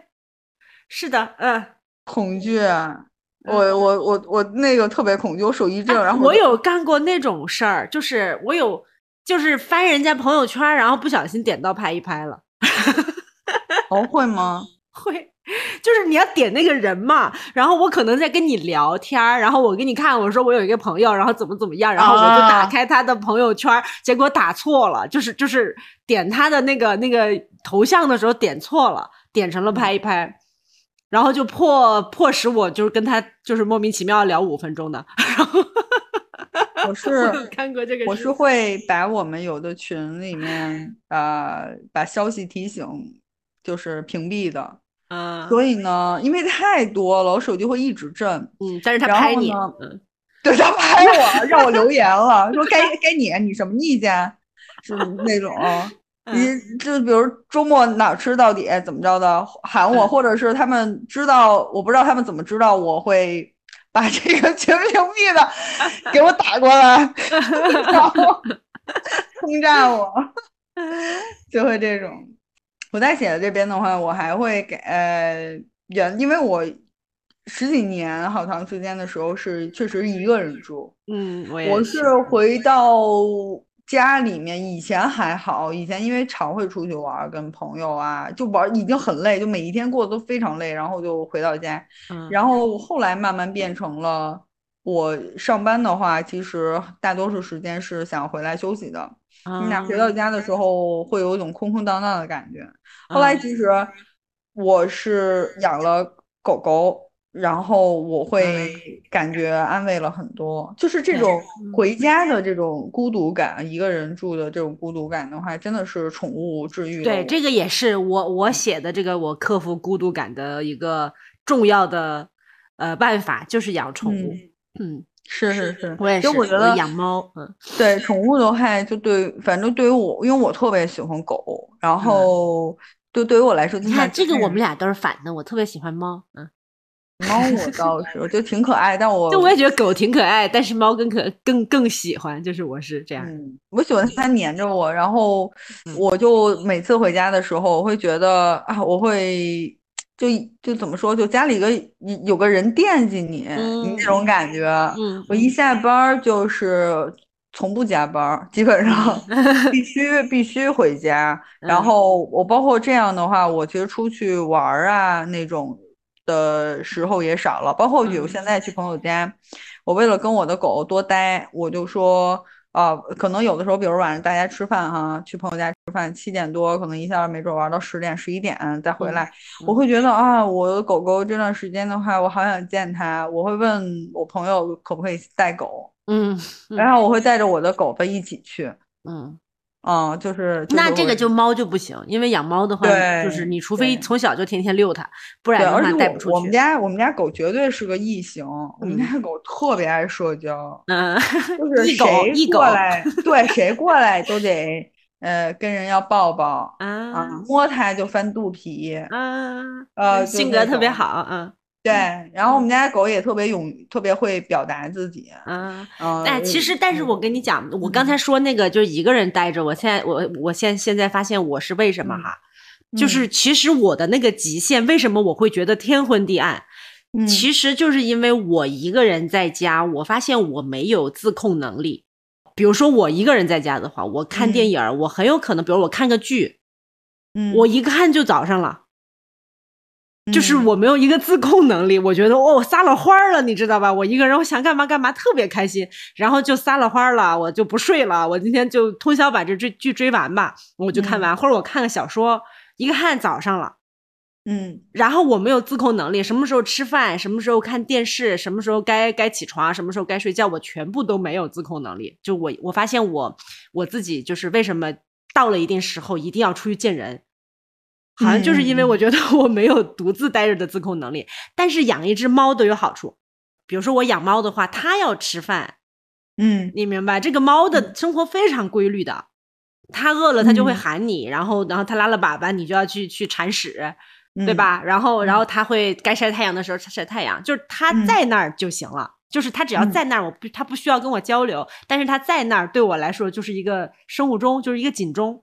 [SPEAKER 1] 是的，嗯。
[SPEAKER 2] 恐惧啊。我我我我那个特别恐惧，我手一震，然后
[SPEAKER 1] 哎我
[SPEAKER 2] 就
[SPEAKER 1] 有干过那种事儿，就是我有就是翻人家朋友圈儿，然后不小心点到拍一拍了。
[SPEAKER 2] 哦会吗？
[SPEAKER 1] 会，就是你要点那个人嘛，然后我可能在跟你聊天儿，然后我给你看，我说我有一个朋友，然后怎么怎么样，然后我就打
[SPEAKER 2] 啊
[SPEAKER 1] 开他的朋友圈儿，结果打错了，就是就是点他的那个那个头像的时候点错了，点成了拍一拍，然后就迫迫使我就是跟他就是莫名其妙聊五分钟的，然后
[SPEAKER 2] 我是
[SPEAKER 1] 我 看过这个
[SPEAKER 2] 我
[SPEAKER 1] 事
[SPEAKER 2] 是会把我们有的群里面呃把消息提醒就是屏蔽的，
[SPEAKER 1] 嗯
[SPEAKER 2] 所以呢，因为太多了，我手机会一直震，
[SPEAKER 1] 嗯，但是他
[SPEAKER 2] 然
[SPEAKER 1] 拍
[SPEAKER 2] 后
[SPEAKER 1] 你，
[SPEAKER 2] 呢
[SPEAKER 1] 嗯
[SPEAKER 2] 对他拍我让我留言了，说该该你你什么意见，啊是那种。
[SPEAKER 1] 嗯
[SPEAKER 2] 你就比如周末哪儿吃到底怎么着的喊我，
[SPEAKER 1] 嗯
[SPEAKER 2] 或者是他们知道，我不知道他们怎么知道我会把这个 群屏蔽的，给我打过来， 然后轰炸 我，就会这种。我在写的这边的话，我还会给呃原，因为我十几年好长时间的时候是确实是一个人住，
[SPEAKER 1] 嗯，我也
[SPEAKER 2] 我是回到家里面，以前还好，以前因为常会出去玩儿，跟朋友啊，就玩儿已经很累，就每一天过得都非常累，然后就回到家，
[SPEAKER 1] 嗯
[SPEAKER 2] 然后后来慢慢变成了我上班的话，其实大多数时间是想回来休息的。你俩回到
[SPEAKER 1] 嗯
[SPEAKER 2] 家的时候，会有一种空空荡荡的感觉。后来
[SPEAKER 1] 嗯
[SPEAKER 2] 其实我是养了狗狗，然后我会
[SPEAKER 1] 嗯
[SPEAKER 2] 感觉安慰了很多，就是这种回家的这种孤独感，一个人住的这种孤独感的话，真的是宠物治愈。
[SPEAKER 1] 对，这个也是我我写的这个我克服孤独感的一个重要的呃办法，就是养宠物。嗯，
[SPEAKER 2] 是是是，
[SPEAKER 1] 我也是，
[SPEAKER 2] 就我觉得
[SPEAKER 1] 养猫，嗯，
[SPEAKER 2] 对宠物的话，就对，反正对于我，因为我特别喜欢狗，然后就对于我来说，
[SPEAKER 1] 嗯你看这个我
[SPEAKER 2] 嗯
[SPEAKER 1] 们俩都是反的，我特别喜欢猫，嗯。
[SPEAKER 2] 猫我倒是，我觉得挺可爱，但 我
[SPEAKER 1] 就我也觉得狗挺可爱，但是猫更可更更喜欢，就是我是这样。
[SPEAKER 2] 嗯，我喜欢它黏着我，然后
[SPEAKER 1] 嗯
[SPEAKER 2] 我就每次回家的时候，我会觉得啊，我会就就怎么说，就家里个有个人惦记你，
[SPEAKER 1] 嗯
[SPEAKER 2] 你那种感觉。
[SPEAKER 1] 嗯，
[SPEAKER 2] 我一下班儿就是从不加班儿，基本上必须必须回家。然
[SPEAKER 1] 嗯
[SPEAKER 2] 后我包括这样的话，我其实出去玩儿啊那种的时候也少了。包括比如
[SPEAKER 1] 嗯
[SPEAKER 2] 现在去朋友家，我为了跟我的狗多待，我就说。啊，可能有的时候，比如晚上大家吃饭哈、去朋友家吃饭，七点多，可能一下没准玩到十点、十一点再回
[SPEAKER 1] 嗯
[SPEAKER 2] 来，我会觉得啊，我的狗狗这段时间的话，我好想见它。我会问我朋友可不可以带狗，
[SPEAKER 1] 嗯嗯
[SPEAKER 2] 然后我会带着我的狗们一起去。
[SPEAKER 1] 嗯，
[SPEAKER 2] 嗯，就是
[SPEAKER 1] 那
[SPEAKER 2] 是
[SPEAKER 1] 这个
[SPEAKER 2] 会
[SPEAKER 1] 就猫就不行，因为养猫的话，
[SPEAKER 2] 对
[SPEAKER 1] 就是你除非
[SPEAKER 2] 对
[SPEAKER 1] 从小就天天遛它，不然的
[SPEAKER 2] 对，而
[SPEAKER 1] 话带
[SPEAKER 2] 且
[SPEAKER 1] 不出
[SPEAKER 2] 我我们
[SPEAKER 1] 去。
[SPEAKER 2] 家我们家狗绝对是个异形，我们
[SPEAKER 1] 嗯
[SPEAKER 2] 家狗特别爱 社交，
[SPEAKER 1] 嗯，
[SPEAKER 2] 就是
[SPEAKER 1] 一狗
[SPEAKER 2] 谁
[SPEAKER 1] 一
[SPEAKER 2] 过
[SPEAKER 1] 狗
[SPEAKER 2] 来，对，谁过来都得呃跟人要抱 抱啊
[SPEAKER 1] 啊，
[SPEAKER 2] 摸它就翻肚皮，
[SPEAKER 1] 啊，
[SPEAKER 2] 呃，就
[SPEAKER 1] 性
[SPEAKER 2] 那
[SPEAKER 1] 格特别
[SPEAKER 2] 种。
[SPEAKER 1] 好，嗯
[SPEAKER 2] 对，然后我们家狗也特别勇，特别会表达自己。
[SPEAKER 1] 嗯。
[SPEAKER 2] 嗯，
[SPEAKER 1] 但其实，但是
[SPEAKER 2] 嗯
[SPEAKER 1] 我跟你讲，我
[SPEAKER 2] 嗯
[SPEAKER 1] 刚才说那个就是一个人待着，我现在我我现现在发现我是为什么
[SPEAKER 2] 嗯
[SPEAKER 1] 哈，就是其实我的那个极限，为什么我会觉得天昏地暗，
[SPEAKER 2] 嗯
[SPEAKER 1] 其实就是因为我一个人在家，我发现我没有自控能力。比如说我一个人在家的话，我看电影儿，我很有可能，比如我看个剧，
[SPEAKER 2] 嗯
[SPEAKER 1] 我一看就早上了，就是
[SPEAKER 2] 嗯
[SPEAKER 1] 我没有一个自控能力。我觉得哦，我撒了欢儿了，你知道吧？我一个人，我想干嘛干嘛，特别开心，然后就撒了欢儿了，我就不睡了，我今天就通宵把这追剧追完吧，我就看完，或者我看个小说，一看早上了。
[SPEAKER 2] 嗯
[SPEAKER 1] 然后我没有自控能力，什么时候吃饭，什么时候看电视，什么时候该该起床，什么时候该睡觉，我全部都没有自控能力。就我我发现我我自己就是为什么到了一定时候一定要出去见人，好像就是因为
[SPEAKER 2] 嗯
[SPEAKER 1] 我觉得 我没有独自待着的自控能力。但是养一只猫都有好处，比如说我养猫的话，它要吃饭，
[SPEAKER 2] 嗯
[SPEAKER 1] 你明白？这个猫的生活非常规律的，它饿了它就会
[SPEAKER 2] 嗯
[SPEAKER 1] 喊你，然后然后它拉了粑粑，你就要去去铲屎。
[SPEAKER 2] 嗯，
[SPEAKER 1] 对？吧？然后，然后
[SPEAKER 2] 嗯
[SPEAKER 1] 它会该晒太阳的时候晒晒太阳，就是它
[SPEAKER 2] 嗯
[SPEAKER 1] 在那儿就行了。就是它只要
[SPEAKER 2] 嗯
[SPEAKER 1] 在那儿，我不它不需要跟我交流，但是它在那儿对我来说就是一个生物钟，就是一个警钟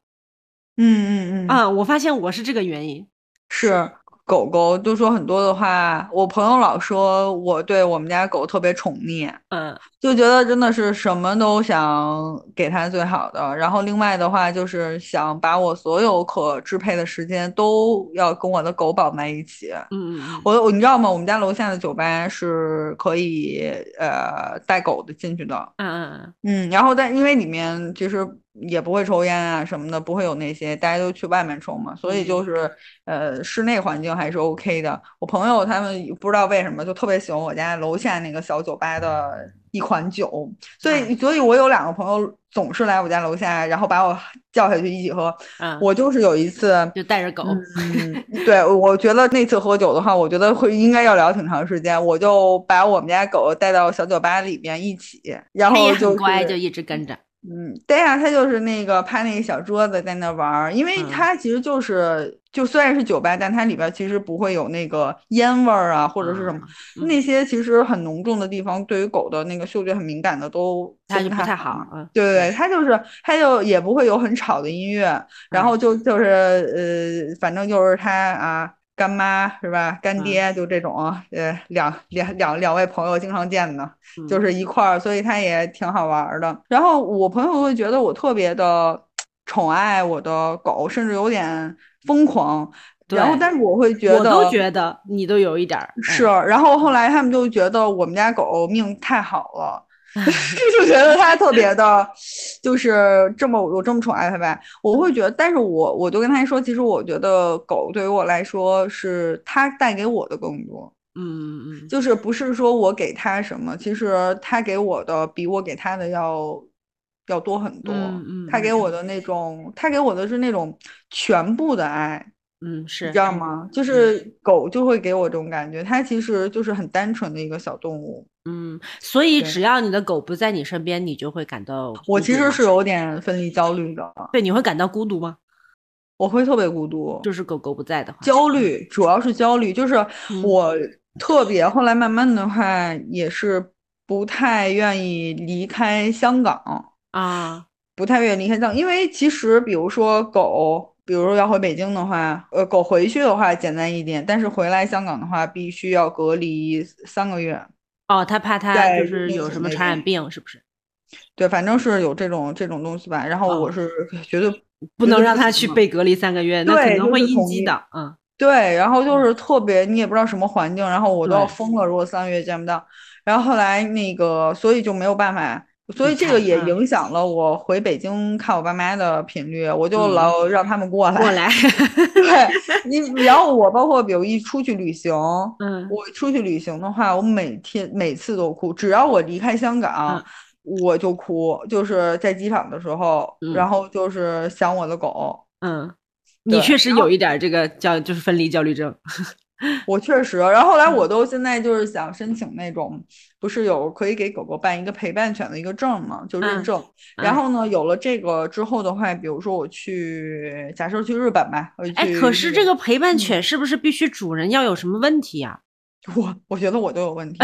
[SPEAKER 2] 嗯嗯嗯，
[SPEAKER 1] 啊、我发现我是这个原因，
[SPEAKER 2] 是狗狗，就说很多的话，我朋友老说我对我们家狗特别宠溺，
[SPEAKER 1] 嗯
[SPEAKER 2] 就觉得真的是什么都想给它最好的。然后另外的话就是想把我所有可支配的时间都要跟我的狗绑在一起。
[SPEAKER 1] 嗯嗯
[SPEAKER 2] 我我你知道吗？我们家楼下的酒吧是可以呃带狗的进去的。
[SPEAKER 1] 嗯
[SPEAKER 2] 嗯，然后但因为里面其实也不会抽烟啊什么的，不会有那些，大家都去外面抽嘛，所以就
[SPEAKER 1] 嗯
[SPEAKER 2] 是呃室内环境还是 OK 的。我朋友他们不知道为什么就特别喜欢我家楼下那个小酒吧的一款酒，
[SPEAKER 1] 啊
[SPEAKER 2] 所以所以我有两个朋友总是来我家楼下，然后把我叫下去一起喝。
[SPEAKER 1] 嗯嗯，
[SPEAKER 2] 我就是有一次，
[SPEAKER 1] 就带着狗，
[SPEAKER 2] 嗯，对，我觉得那次喝酒的话，我觉得会应该要聊挺长时间。我就把我们家狗带到小酒吧里面一起，然
[SPEAKER 1] 它也
[SPEAKER 2] 后
[SPEAKER 1] 很乖，
[SPEAKER 2] 哦是
[SPEAKER 1] 就一直跟着，
[SPEAKER 2] 嗯，对呀、他就是那个趴那个小桌子在那玩儿，因为
[SPEAKER 1] 嗯
[SPEAKER 2] 它其实就是就虽然是酒吧，但它里边其实不会有那个烟味儿啊，或者是什么、
[SPEAKER 1] 嗯
[SPEAKER 2] 那些其实很浓重的地方，对于狗的那个嗅觉很敏感的都
[SPEAKER 1] 它
[SPEAKER 2] 都
[SPEAKER 1] 就不
[SPEAKER 2] 不
[SPEAKER 1] 太
[SPEAKER 2] 太
[SPEAKER 1] 好
[SPEAKER 2] 嘛。
[SPEAKER 1] 啊，
[SPEAKER 2] 对对，它就是它就也不会有很吵的音乐，
[SPEAKER 1] 嗯
[SPEAKER 2] 然后就就是呃，反正就是它啊。干妈是吧？干
[SPEAKER 1] 嗯
[SPEAKER 2] 爹就这种，呃，两两两两位朋友经常见的，
[SPEAKER 1] 嗯
[SPEAKER 2] 就是一块儿，所以它也挺好玩儿的。然后我朋友会觉得我特别的宠爱我的狗，甚至有点疯狂。然后，
[SPEAKER 1] 嗯对
[SPEAKER 2] 但是我会觉
[SPEAKER 1] 我
[SPEAKER 2] 得
[SPEAKER 1] 都觉得你都有一点儿嗯
[SPEAKER 2] 是。然后后来他们就觉得我们家狗命太好 了。 就觉得它特别的，就是这么我这么宠爱它呗，我会觉得，但是我我就跟他说，其实我觉得狗对于我来说是它带给我的更多，
[SPEAKER 1] 嗯嗯
[SPEAKER 2] 就是不是说我给他什么，其实他给我的比我给他的要要多很多。
[SPEAKER 1] 嗯嗯
[SPEAKER 2] 他给我的那种，他给我的是那种全部的爱，
[SPEAKER 1] 嗯，
[SPEAKER 2] 你
[SPEAKER 1] 是嗯
[SPEAKER 2] 知，道吗？就是狗就会给我这种感觉，它其实就是很单纯的一个小动物。
[SPEAKER 1] 嗯，所以
[SPEAKER 2] 对
[SPEAKER 1] 只要你的狗不在你身边，你就会感到
[SPEAKER 2] 我
[SPEAKER 1] 孤
[SPEAKER 2] 其
[SPEAKER 1] 独
[SPEAKER 2] 实
[SPEAKER 1] 吗
[SPEAKER 2] 是有点分离焦虑的，
[SPEAKER 1] 对，你会感到孤独吗？
[SPEAKER 2] 我会特别孤独，
[SPEAKER 1] 就是狗狗不在的话，
[SPEAKER 2] 焦虑，主要是焦虑，就是
[SPEAKER 1] 嗯
[SPEAKER 2] 我特别后来慢慢的话也是不太愿意离开香港，
[SPEAKER 1] 啊，
[SPEAKER 2] 不太愿意离开香港，因为其实比如说狗。比如说要回北京的话，呃，狗回去的话简单一点，但是回来香港的话，必须要隔离三个月。
[SPEAKER 1] 哦，它怕它
[SPEAKER 2] 在
[SPEAKER 1] 就是
[SPEAKER 2] 入
[SPEAKER 1] 有
[SPEAKER 2] 境
[SPEAKER 1] 什么
[SPEAKER 2] 那
[SPEAKER 1] 传染
[SPEAKER 2] 种
[SPEAKER 1] 病，是不是？
[SPEAKER 2] 对，反正是有这种这种东西吧。然后
[SPEAKER 1] 哦
[SPEAKER 2] 我是绝对
[SPEAKER 1] 不
[SPEAKER 2] 绝
[SPEAKER 1] 能
[SPEAKER 2] 对
[SPEAKER 1] 让
[SPEAKER 2] 不
[SPEAKER 1] 它
[SPEAKER 2] 行
[SPEAKER 1] 去
[SPEAKER 2] 的
[SPEAKER 1] 被隔离三个 月，那
[SPEAKER 2] 对
[SPEAKER 1] 可能
[SPEAKER 2] 就
[SPEAKER 1] 会
[SPEAKER 2] 是
[SPEAKER 1] 应
[SPEAKER 2] 同
[SPEAKER 1] 激
[SPEAKER 2] 意
[SPEAKER 1] 的， 嗯
[SPEAKER 2] 对，然后就是特别，你也不知道什么环境，然后我都要
[SPEAKER 1] 对
[SPEAKER 2] 疯了，如果三个月见不到，然后后来那个，所以就没有办法，所以
[SPEAKER 1] 你
[SPEAKER 2] 这
[SPEAKER 1] 看
[SPEAKER 2] 个也
[SPEAKER 1] 嗯
[SPEAKER 2] 影响了我回北京看我爸妈的频率，我就
[SPEAKER 1] 嗯
[SPEAKER 2] 老让他们过来，
[SPEAKER 1] 过来，
[SPEAKER 2] 对你，然后我包括比如一出去旅行，我
[SPEAKER 1] 嗯
[SPEAKER 2] 出去旅行的话，我每天每次都哭，只要我离开香港
[SPEAKER 1] 嗯，
[SPEAKER 2] 我就哭，就是在机场的时候，
[SPEAKER 1] 嗯
[SPEAKER 2] 然后就是想我的狗。
[SPEAKER 1] 嗯，你
[SPEAKER 2] 对
[SPEAKER 1] 确实
[SPEAKER 2] 然后
[SPEAKER 1] 有一点儿这个叫就是分离焦虑症，
[SPEAKER 2] 我确实，然后后来
[SPEAKER 1] 嗯
[SPEAKER 2] 我都现在就是想申请那种，不是有可以给狗狗办一个陪伴犬的一个证嘛，就认
[SPEAKER 1] 嗯
[SPEAKER 2] 证。然
[SPEAKER 1] 嗯
[SPEAKER 2] 后呢，有了这个之后的话，比如说我去，假设去日本吧，我
[SPEAKER 1] 哎，
[SPEAKER 2] 去
[SPEAKER 1] 可是
[SPEAKER 2] 日
[SPEAKER 1] 这
[SPEAKER 2] 本
[SPEAKER 1] 个陪伴
[SPEAKER 2] 嗯
[SPEAKER 1] 犬是不是必须主人要有什么问题啊？
[SPEAKER 2] 我我觉得我都有问题。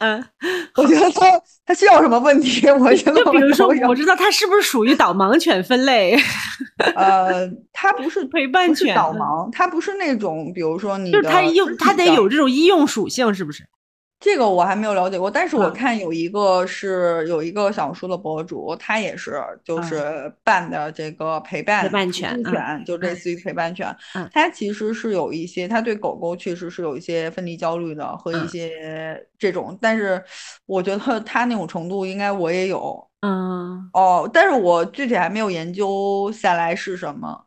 [SPEAKER 1] 嗯，
[SPEAKER 2] 呃我觉得它它需要什么问题？我觉得
[SPEAKER 1] 就比
[SPEAKER 2] 我
[SPEAKER 1] 如说
[SPEAKER 2] 都，有
[SPEAKER 1] 我知道它是不是属于导盲犬分类
[SPEAKER 2] 呃，它 不是
[SPEAKER 1] 陪伴
[SPEAKER 2] 不是
[SPEAKER 1] 犬
[SPEAKER 2] 导
[SPEAKER 1] 呢？
[SPEAKER 2] 盲，它不是那种，比如说你
[SPEAKER 1] 就是它
[SPEAKER 2] 的
[SPEAKER 1] 用它
[SPEAKER 2] 你
[SPEAKER 1] 得
[SPEAKER 2] 的
[SPEAKER 1] 有这种医用属性，是不是？
[SPEAKER 2] 这个我还没有了解过，但是我
[SPEAKER 1] 嗯
[SPEAKER 2] 看有一个是有一个小说的博主，他也是就
[SPEAKER 1] 嗯
[SPEAKER 2] 是办的这个陪伴
[SPEAKER 1] 陪伴
[SPEAKER 2] 辅
[SPEAKER 1] 犬
[SPEAKER 2] 助
[SPEAKER 1] 嗯
[SPEAKER 2] 犬，就类似于陪伴犬
[SPEAKER 1] 嗯。
[SPEAKER 2] 他其实是有一些，他对狗狗确实是有一些分离焦虑的和
[SPEAKER 1] 嗯
[SPEAKER 2] 一些这种，但是我觉得他那种程度应该我也有
[SPEAKER 1] 嗯，
[SPEAKER 2] 哦，但是我具体还没有研究下来是什么。
[SPEAKER 1] 嗯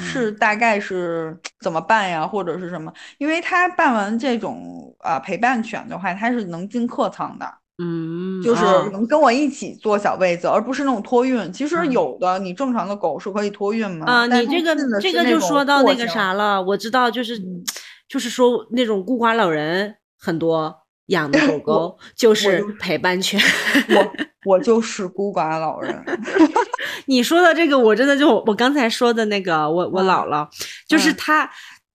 [SPEAKER 2] 是大概是怎么办呀，或者是什么？因为他办完这种啊、陪伴犬的话，他是能进客舱的，
[SPEAKER 1] 嗯，
[SPEAKER 2] 就是
[SPEAKER 1] 哦
[SPEAKER 2] 能跟我一起坐小位子，而不是那种托运。其实
[SPEAKER 1] 嗯
[SPEAKER 2] 有的你正常的狗是可以托运嘛，
[SPEAKER 1] 啊，
[SPEAKER 2] 但
[SPEAKER 1] 你
[SPEAKER 2] 它
[SPEAKER 1] 这个
[SPEAKER 2] 进的
[SPEAKER 1] 这
[SPEAKER 2] 是
[SPEAKER 1] 个
[SPEAKER 2] 那
[SPEAKER 1] 就
[SPEAKER 2] 种
[SPEAKER 1] 说到
[SPEAKER 2] 货
[SPEAKER 1] 那个
[SPEAKER 2] 箱
[SPEAKER 1] 啥了，我知道，就是
[SPEAKER 2] 嗯
[SPEAKER 1] 就是说那种孤寡老人很多养的狗
[SPEAKER 2] 我
[SPEAKER 1] 狗就
[SPEAKER 2] 就是是
[SPEAKER 1] 陪伴犬。
[SPEAKER 2] 我我就是孤寡老人，
[SPEAKER 1] 你说的这个，我真的就我刚才说的那个，我我
[SPEAKER 2] 嗯
[SPEAKER 1] 姥姥，就是
[SPEAKER 2] 嗯
[SPEAKER 1] 她。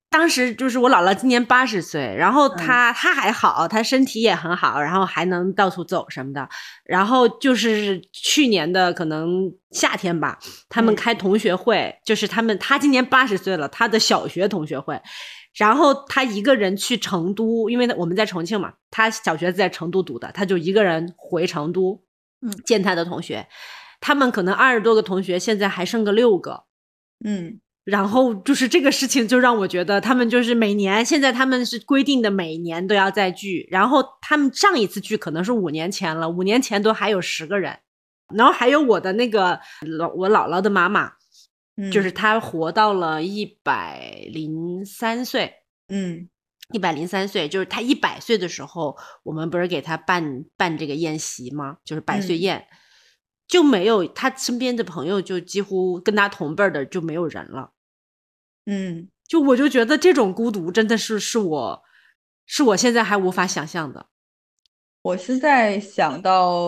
[SPEAKER 1] 当时就是我姥姥今年八十岁，然后
[SPEAKER 2] 嗯
[SPEAKER 1] 她她还好，她身体也很好，然后还能到处走什么的。然后就是去年的可能夏天吧，他们
[SPEAKER 2] 嗯
[SPEAKER 1] 开同学会，就是他们她今年八十岁了，她的小学同学会，然后他一个人去成都，因为我们在重庆嘛，他小学在成都读的，他就一个人回成都，
[SPEAKER 2] 嗯
[SPEAKER 1] 见他的同学，他们可能二十多个同学，现在还剩个六个。
[SPEAKER 2] 嗯
[SPEAKER 1] 然后就是这个事情，就让我觉得他们就是每年，现在他们是规定的每年都要再聚，然后他们上一次聚可能是五年前了，五年前都还有十个人，然后还有我的那个老我姥姥的妈妈，
[SPEAKER 2] 嗯，
[SPEAKER 1] 就是她活到了一百零三岁，
[SPEAKER 2] 嗯
[SPEAKER 1] 一百零三岁，就是他一百岁的时候，我们不是给他办办这个宴席吗？就是百岁
[SPEAKER 2] 嗯
[SPEAKER 1] 宴，就没有他身边的朋友，就几乎跟他同辈儿的就没有人了。
[SPEAKER 2] 嗯，
[SPEAKER 1] 就我就觉得这种孤独真的是是我，是我现在还无法想象的。
[SPEAKER 2] 我是在想到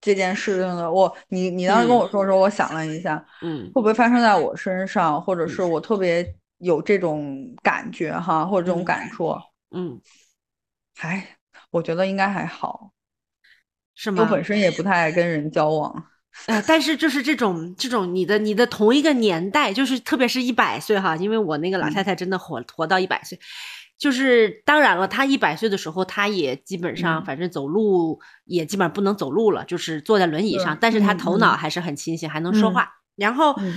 [SPEAKER 2] 这件事情的，我你你当时跟
[SPEAKER 1] 嗯
[SPEAKER 2] 我说的时候，我想了一下。
[SPEAKER 1] 嗯
[SPEAKER 2] 会不会发生在我身上，或者是我特别有这种感觉哈，或者这种
[SPEAKER 1] 嗯
[SPEAKER 2] 感触？
[SPEAKER 1] 嗯，
[SPEAKER 2] 还我觉得应该还好，
[SPEAKER 1] 是
[SPEAKER 2] 我
[SPEAKER 1] 吗？
[SPEAKER 2] 本身也不太爱跟人交往。
[SPEAKER 1] 哎，但是就是这种这种你的你的同一个年代，就是特别是一百岁哈，因为我那个老
[SPEAKER 2] 嗯
[SPEAKER 1] 太太真的活、活到一百岁，就是当然了，她一百岁的时候，她也基本上
[SPEAKER 2] 嗯
[SPEAKER 1] 反正走路也基本上不能走路了，就是坐在轮椅
[SPEAKER 2] 是
[SPEAKER 1] 上，但是她
[SPEAKER 2] 嗯
[SPEAKER 1] 头脑
[SPEAKER 2] 嗯
[SPEAKER 1] 还是很清醒，还能说
[SPEAKER 2] 嗯
[SPEAKER 1] 话。然后，
[SPEAKER 2] 嗯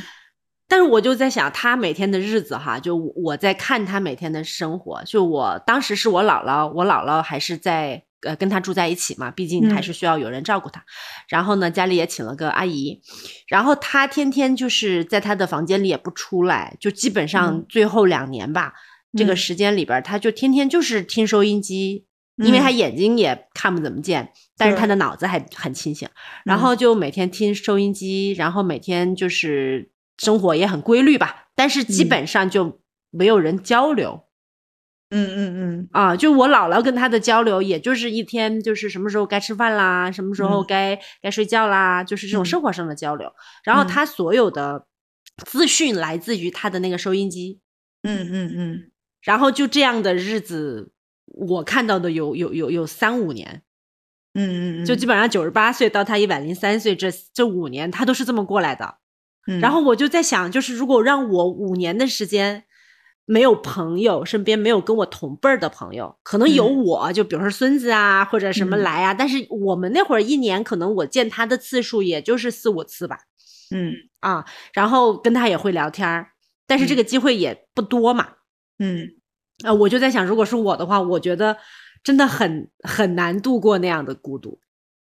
[SPEAKER 1] 但是我就在想，她每天的日子哈，就我我在看她每天的生活，就我当时是我姥姥，我姥姥还是在呃跟他住在一起嘛，毕竟
[SPEAKER 2] 嗯
[SPEAKER 1] 还是需要有人照顾他。然后呢，家里也请了个阿姨，然后他天天就是在他的房间里也不出来，就基本上
[SPEAKER 2] 嗯
[SPEAKER 1] 最后两年吧，这个
[SPEAKER 2] 嗯
[SPEAKER 1] 时间里边儿，他就天天就是听收音机，因为他
[SPEAKER 2] 嗯
[SPEAKER 1] 眼睛也看不怎么见，但是
[SPEAKER 2] 对嗯
[SPEAKER 1] 他的脑子还很清醒。然后就每天听收音机，然后每天就是生活也很规律吧，但是基
[SPEAKER 2] 嗯
[SPEAKER 1] 本上就没有人交流、
[SPEAKER 2] 嗯嗯
[SPEAKER 1] 啊。就我姥姥跟他的交流，也就是一天就是什么时候该吃饭啦，什么时候
[SPEAKER 2] 嗯
[SPEAKER 1] 该、该睡觉啦，就是这种
[SPEAKER 2] 嗯
[SPEAKER 1] 生活上的交流。然后
[SPEAKER 2] 嗯
[SPEAKER 1] 他所有的资讯来自于他的那个收音机，
[SPEAKER 2] 嗯嗯嗯
[SPEAKER 1] 然后就这样的日子。我看到的有有有有三五年，
[SPEAKER 2] 嗯嗯，
[SPEAKER 1] 就基本上九十八岁到他一百零三岁这这五年，他都是这么过来的。
[SPEAKER 2] 本
[SPEAKER 1] 然后我就在想，就是如果让我五年的时间没有朋友，身边没有跟我同辈儿的朋友，可能有
[SPEAKER 2] 嗯
[SPEAKER 1] 我、就比如说孙子啊或者什么
[SPEAKER 2] 嗯
[SPEAKER 1] 来啊，但是我们那会儿一年可能我见他的次数也就是四五次吧，
[SPEAKER 2] 嗯
[SPEAKER 1] 啊，然后跟他也会聊天儿，但是这
[SPEAKER 2] 嗯
[SPEAKER 1] 个机会也不多嘛，
[SPEAKER 2] 嗯
[SPEAKER 1] 啊，我就在想，如果是我的话，我觉得真的很很难度过那样的孤独。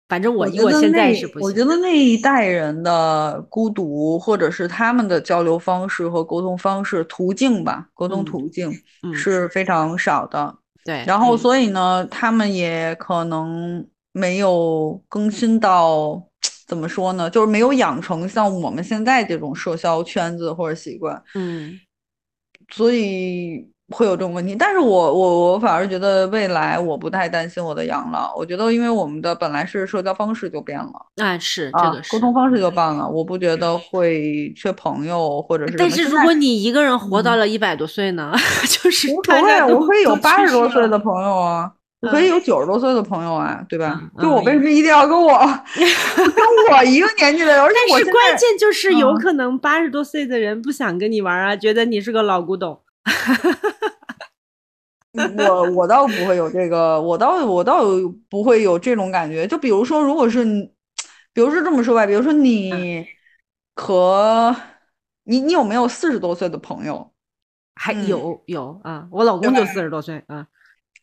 [SPEAKER 1] 反正我
[SPEAKER 2] 我
[SPEAKER 1] 以
[SPEAKER 2] 觉得
[SPEAKER 1] 现在
[SPEAKER 2] 那
[SPEAKER 1] 是不行
[SPEAKER 2] 我觉得那一代人的孤独，或者是他们的交流方式和沟通方式途径吧，沟
[SPEAKER 1] 嗯
[SPEAKER 2] 通途径
[SPEAKER 1] 嗯
[SPEAKER 2] 是非常少的。
[SPEAKER 1] 对，
[SPEAKER 2] 然
[SPEAKER 1] 嗯
[SPEAKER 2] 后所以呢，他们也可能没有更新到怎么说呢，就是没有养成像我们现在这种社交圈子或者习惯。
[SPEAKER 1] 嗯
[SPEAKER 2] 所以会有这种问题。但是我我我反而觉得未来我不太担心我的养老，我觉得因为我们的本来是社交方式就变了
[SPEAKER 1] 啊是这
[SPEAKER 2] 啊，
[SPEAKER 1] 个是
[SPEAKER 2] 沟通方式就变了，我不觉得会缺朋友或者是什
[SPEAKER 1] 哎但
[SPEAKER 2] 么
[SPEAKER 1] 是
[SPEAKER 2] 现
[SPEAKER 1] 如
[SPEAKER 2] 在嗯
[SPEAKER 1] 果你一个人活到了一百多岁呢， 就是
[SPEAKER 2] 无所
[SPEAKER 1] 大
[SPEAKER 2] 谓
[SPEAKER 1] 家
[SPEAKER 2] 啊，
[SPEAKER 1] 都
[SPEAKER 2] 我可以有
[SPEAKER 1] 都去
[SPEAKER 2] 八十多
[SPEAKER 1] 世
[SPEAKER 2] 岁
[SPEAKER 1] 了
[SPEAKER 2] 的朋友啊，我可以
[SPEAKER 1] 嗯
[SPEAKER 2] 有九十多岁的朋友啊，对吧？
[SPEAKER 1] 嗯
[SPEAKER 2] 就我
[SPEAKER 1] 嗯
[SPEAKER 2] 为什么一定要跟 我跟我一个年纪的人？而且我
[SPEAKER 1] 但是
[SPEAKER 2] 现
[SPEAKER 1] 关
[SPEAKER 2] 在
[SPEAKER 1] 键就是有
[SPEAKER 2] 嗯
[SPEAKER 1] 可能八十多岁的人不想跟你玩啊，觉得你是个老古董。
[SPEAKER 2] 我我倒不会有这个，我倒我倒不会有这种感觉。就比如说，如果是你，比如说这么说吧，比如说
[SPEAKER 1] 嗯
[SPEAKER 2] 你和你，你有没有四十多岁的朋友
[SPEAKER 1] 还
[SPEAKER 2] 嗯
[SPEAKER 1] 有有啊，我老公就四十多岁啊，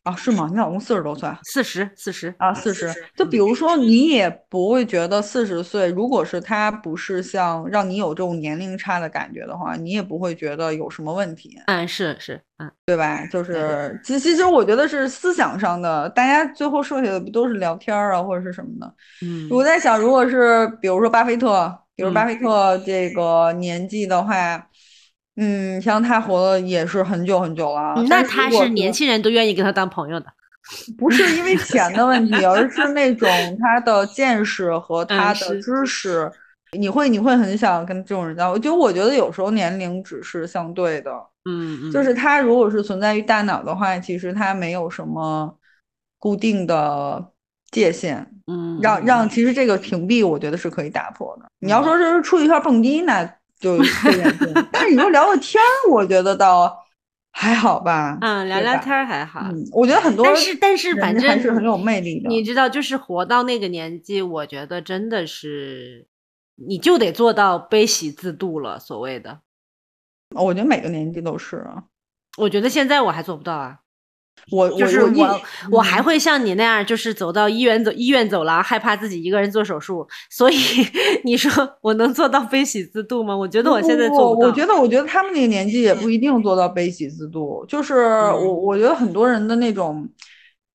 [SPEAKER 2] 啊？是吗？你老公四十多岁啊？
[SPEAKER 1] 四十四十嗯
[SPEAKER 2] 啊，四十。就比如说，你也不会觉得四十岁，如果是他不是像让你有这种年龄差的感觉的话，你也不会觉得有什么问题。
[SPEAKER 1] 嗯是是嗯
[SPEAKER 2] 对吧？就是其其实我觉得是思想上的，大家最后剩下的不都是聊天儿啊，或者是什么的？
[SPEAKER 1] 嗯
[SPEAKER 2] 我在想，如果是比如说巴菲特，比如
[SPEAKER 1] 嗯
[SPEAKER 2] 巴菲特这个年纪的话，嗯，像他活了也是很久很久了。啊
[SPEAKER 1] 嗯那
[SPEAKER 2] 但是
[SPEAKER 1] 他
[SPEAKER 2] 如果
[SPEAKER 1] 是年轻人都愿意跟他当朋友的，
[SPEAKER 2] 不是因为钱的问题，而是那 种他的见识和他的
[SPEAKER 1] 嗯是
[SPEAKER 2] 知识，你会你会很想跟这种人交往。就我觉得有时候年龄只是相对的。
[SPEAKER 1] 嗯嗯，
[SPEAKER 2] 就是它如果是存在于大脑的话，其实它没有什么固定的界限，
[SPEAKER 1] 嗯
[SPEAKER 2] 让
[SPEAKER 1] 嗯
[SPEAKER 2] 让其实这个屏蔽，我觉得是可以打破的。你要说这是出去一块儿蹦迪，那 就不严重但是你说聊个天儿，我觉得倒还好吧。
[SPEAKER 1] 嗯聊
[SPEAKER 2] 对
[SPEAKER 1] 聊
[SPEAKER 2] 吧
[SPEAKER 1] 天儿还好，
[SPEAKER 2] 嗯，我觉得很多
[SPEAKER 1] 但是但是
[SPEAKER 2] 人
[SPEAKER 1] 反
[SPEAKER 2] 还
[SPEAKER 1] 正
[SPEAKER 2] 是很有魅力的。
[SPEAKER 1] 你知道，就是活到那个年纪，我觉得真的是，你就得做到悲喜自度了。所谓的，
[SPEAKER 2] 我觉得每个年纪都是啊。
[SPEAKER 1] 我觉得现在我还做不到啊。
[SPEAKER 2] 我
[SPEAKER 1] 就是
[SPEAKER 2] 我一
[SPEAKER 1] 我，我还
[SPEAKER 2] 嗯
[SPEAKER 1] 会像你那样，就是走到医院走医院走廊，害怕自己一个人做手术。所以 你说我能做到悲喜自度吗？我觉得我现在做
[SPEAKER 2] 不
[SPEAKER 1] 到。嗯
[SPEAKER 2] 我觉得，我觉得他们那个年纪也不一定做到悲喜自度。就是我，我觉得很多人的那种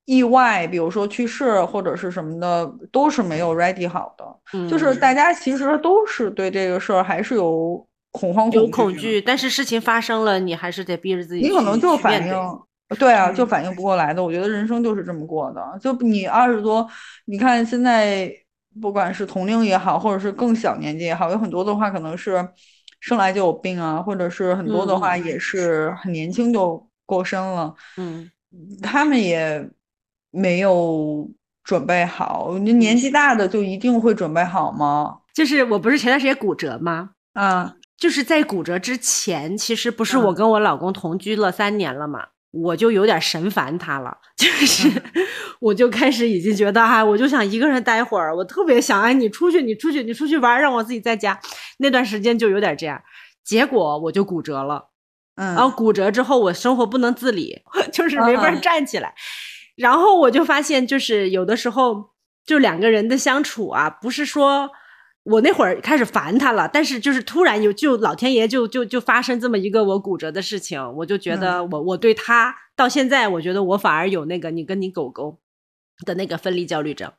[SPEAKER 2] 意外，比如说去世或者是什么的，都是没有 ready 好的。
[SPEAKER 1] 嗯
[SPEAKER 2] 就是大家其实都是对这个事儿还是有恐慌、
[SPEAKER 1] 有
[SPEAKER 2] 恐
[SPEAKER 1] 恐
[SPEAKER 2] 的。
[SPEAKER 1] 惧，但是事情发生了，你还是得逼着自己去。
[SPEAKER 2] 你可能就
[SPEAKER 1] 去
[SPEAKER 2] 反
[SPEAKER 1] 面
[SPEAKER 2] 应
[SPEAKER 1] 对，
[SPEAKER 2] 对啊，就
[SPEAKER 1] 嗯
[SPEAKER 2] 反应不过来的。我觉得人生就是这么过的。就你二十多，你看现在不管是同龄也好，或者是更小年纪也好，有很多的话可能是生来就有病啊，或者是很多的话
[SPEAKER 1] 嗯嗯
[SPEAKER 2] 也是很年轻就过身了，
[SPEAKER 1] 嗯
[SPEAKER 2] 他们也没有准备好。你年纪大的就一定会准备好吗？
[SPEAKER 1] 就是我不是前段时间骨折吗？
[SPEAKER 2] 啊，
[SPEAKER 1] 就是在骨折之前，其实不是我
[SPEAKER 2] 嗯
[SPEAKER 1] 跟我老公同居了三年了嘛，我就有点神烦他了， 就是、 我就开始已经觉得哈、我就想一个人待会儿，我特别想哎，你出去，你出去，你出去玩儿，让我自己在家。那段时间就有点这样，结果我就骨折了，然后
[SPEAKER 2] 嗯
[SPEAKER 1] 骨折之后我生活不能自理，就是没法
[SPEAKER 2] 嗯
[SPEAKER 1] 站起来。然后我就发现，就是有的时候就两个人的相处啊，不是说我那会儿开始烦他了，但是就是突然有就老天爷就就就发生这么一个我骨折的事情，我就觉
[SPEAKER 2] 嗯
[SPEAKER 1] 得我、我对他到现在，我觉得我反而有那个你跟你狗狗的那个分离焦虑症。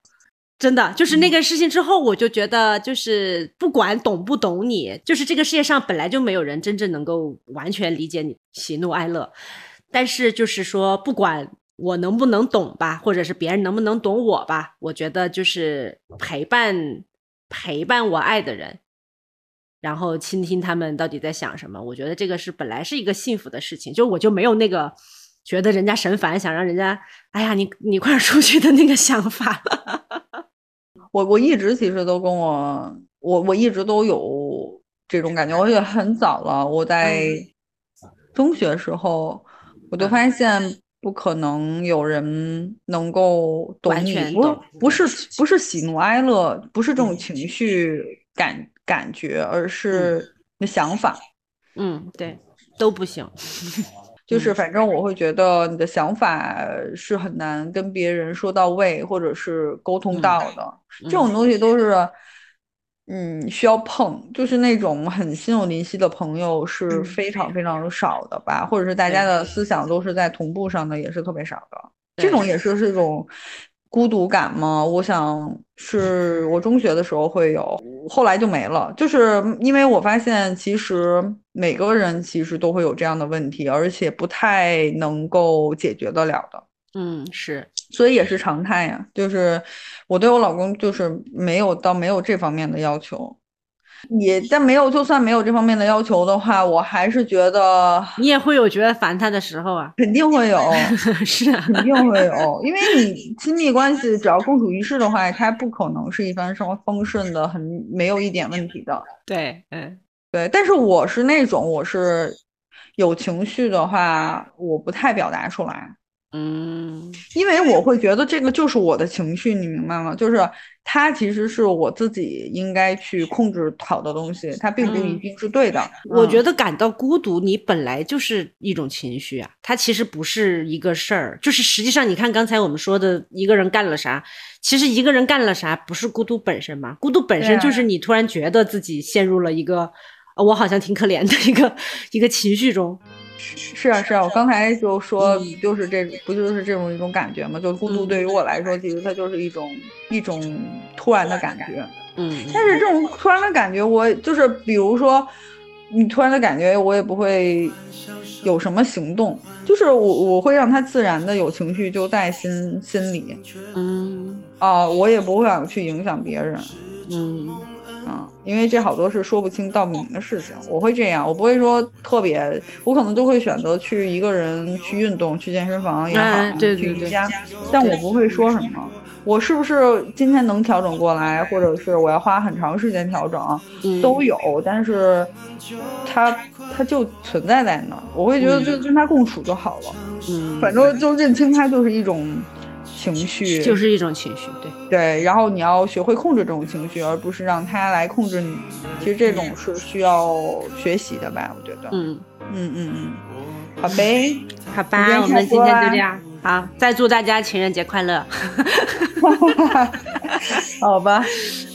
[SPEAKER 1] 真的就是那个事情之后，我就觉得，就是不管懂不懂你，就是这个世界上本来就没有人真正能够完全理解你喜怒哀乐，但是就是说，不管我能不能懂吧，或者是别人能不能懂我吧，我觉得就是陪伴陪伴我爱的人，然后倾听他们到底在想什么，我觉得这个是本来是一个幸福的事情，就我就没有那个觉得人家神烦，想让人家哎呀你你快点出去的那个想法了。
[SPEAKER 2] 我我一直其实都跟我我我一直都有这种感觉，而且很早了，我在
[SPEAKER 1] 嗯
[SPEAKER 2] 中学时候我就发现不可能有人能够懂
[SPEAKER 1] 完
[SPEAKER 2] 你，
[SPEAKER 1] 全
[SPEAKER 2] 不
[SPEAKER 1] 懂
[SPEAKER 2] 不是不是喜怒哀乐，不是这
[SPEAKER 1] 嗯
[SPEAKER 2] 种情绪感感觉，而是你的想法。
[SPEAKER 1] 嗯，对，都不行。
[SPEAKER 2] 就是
[SPEAKER 1] 嗯
[SPEAKER 2] 反正我会觉得你的想法是很难跟别人说到位，或者是沟通
[SPEAKER 1] 嗯
[SPEAKER 2] 到的。这种东西都是，嗯，需要碰，就是那种很心有灵犀的朋友是
[SPEAKER 1] 嗯
[SPEAKER 2] 非常非常少的吧，或者是大家
[SPEAKER 1] 对
[SPEAKER 2] 的思想都是在同步上的，也是特别少的。
[SPEAKER 1] 对
[SPEAKER 2] 这种也是是一种孤独感吗？我想是我中学的时候会有，后来就没了。就是因为我发现，其实每个人其实都会有这样的问题，而且不太能够解决得了的。
[SPEAKER 1] 嗯，是，
[SPEAKER 2] 所以也是常态呀。就是我对我老公就是没有到没有这方面的要求，也但没有就算没有这方面的要求的话，我还是觉得
[SPEAKER 1] 你也会有觉得烦他的时候啊。
[SPEAKER 2] 肯定会有，
[SPEAKER 1] 是啊，
[SPEAKER 2] 肯定会有，因为你亲密关系只要共处一室的话，它不可能是一帆风风顺的，很没有一点问题的。
[SPEAKER 1] 对，嗯
[SPEAKER 2] 对，但是我是那种我是有情绪的话，我不太表达出来。
[SPEAKER 1] 嗯，
[SPEAKER 2] 因为我会觉得这个就是我的情绪，你明白吗？就是它其实是我自己应该去控制好的东西，它并不一
[SPEAKER 1] 嗯
[SPEAKER 2] 定是对的。嗯
[SPEAKER 1] 我觉
[SPEAKER 2] 得
[SPEAKER 1] 得感到孤独，你本来就是一种情绪啊，它其实不是一个事儿。就是实际上，你看刚才我们说的，一个人干了啥，其实一个人干了啥，不是孤独本身嘛？孤独本
[SPEAKER 2] 对
[SPEAKER 1] 身
[SPEAKER 2] 啊
[SPEAKER 1] 就是你突然觉得自己陷入了一个，呃我好像挺可怜的一个一个情绪中。
[SPEAKER 2] 是啊，是啊，我刚才就说
[SPEAKER 1] 嗯，
[SPEAKER 2] 就是这不就是这种一种感觉吗？就孤独
[SPEAKER 1] 嗯
[SPEAKER 2] 对于我来说，其实它就是一种一种突然的感觉。
[SPEAKER 1] 嗯，
[SPEAKER 2] 但是这种突然的感觉，我就是比如说，你突然的感觉，我也不会有什么行动，就是我我会让它自然的有情绪就在心心里。
[SPEAKER 1] 嗯
[SPEAKER 2] 啊、我也不会想去影响别人
[SPEAKER 1] 嗯
[SPEAKER 2] 啊，因为这好多是说不清道不明的事情。我会这样，我不会说特别，我可能就会选择去一个人去运动，去健身房也好，
[SPEAKER 1] 哎对对
[SPEAKER 2] 去
[SPEAKER 1] 对
[SPEAKER 2] 瑜伽，但我不会说什么。我是不是今天能调整过来，或者是我要花很长时间调整，
[SPEAKER 1] 嗯，
[SPEAKER 2] 都有，但是它它就存在在那儿，我会觉得就跟它共处就好了。
[SPEAKER 1] 嗯，
[SPEAKER 2] 反正就认清它就是一种情绪，
[SPEAKER 1] 就是一种情绪，对。
[SPEAKER 2] 对，然后你要学会控制这种情绪，而不是让它来控制你。其实这种是需要学习的吧，我觉得。
[SPEAKER 1] 嗯，
[SPEAKER 2] 嗯嗯嗯，好呗，
[SPEAKER 1] 好
[SPEAKER 2] 时
[SPEAKER 1] 吧，
[SPEAKER 2] 间
[SPEAKER 1] 我们
[SPEAKER 2] 差不
[SPEAKER 1] 今
[SPEAKER 2] 多
[SPEAKER 1] 天
[SPEAKER 2] 啦
[SPEAKER 1] 就这样。好，再祝大家情人节快乐。
[SPEAKER 2] 好吧，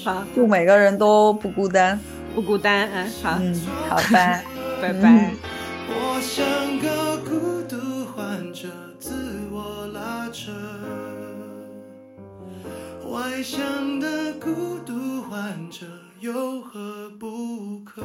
[SPEAKER 1] 好，
[SPEAKER 2] 祝每个人都不孤单。
[SPEAKER 1] 不孤单。嗯，好，
[SPEAKER 2] 嗯，好吧，
[SPEAKER 1] 拜
[SPEAKER 2] 嗯
[SPEAKER 1] 拜。
[SPEAKER 3] 我像个孤独患者，自我拉扯。外向的孤独患者有何不可？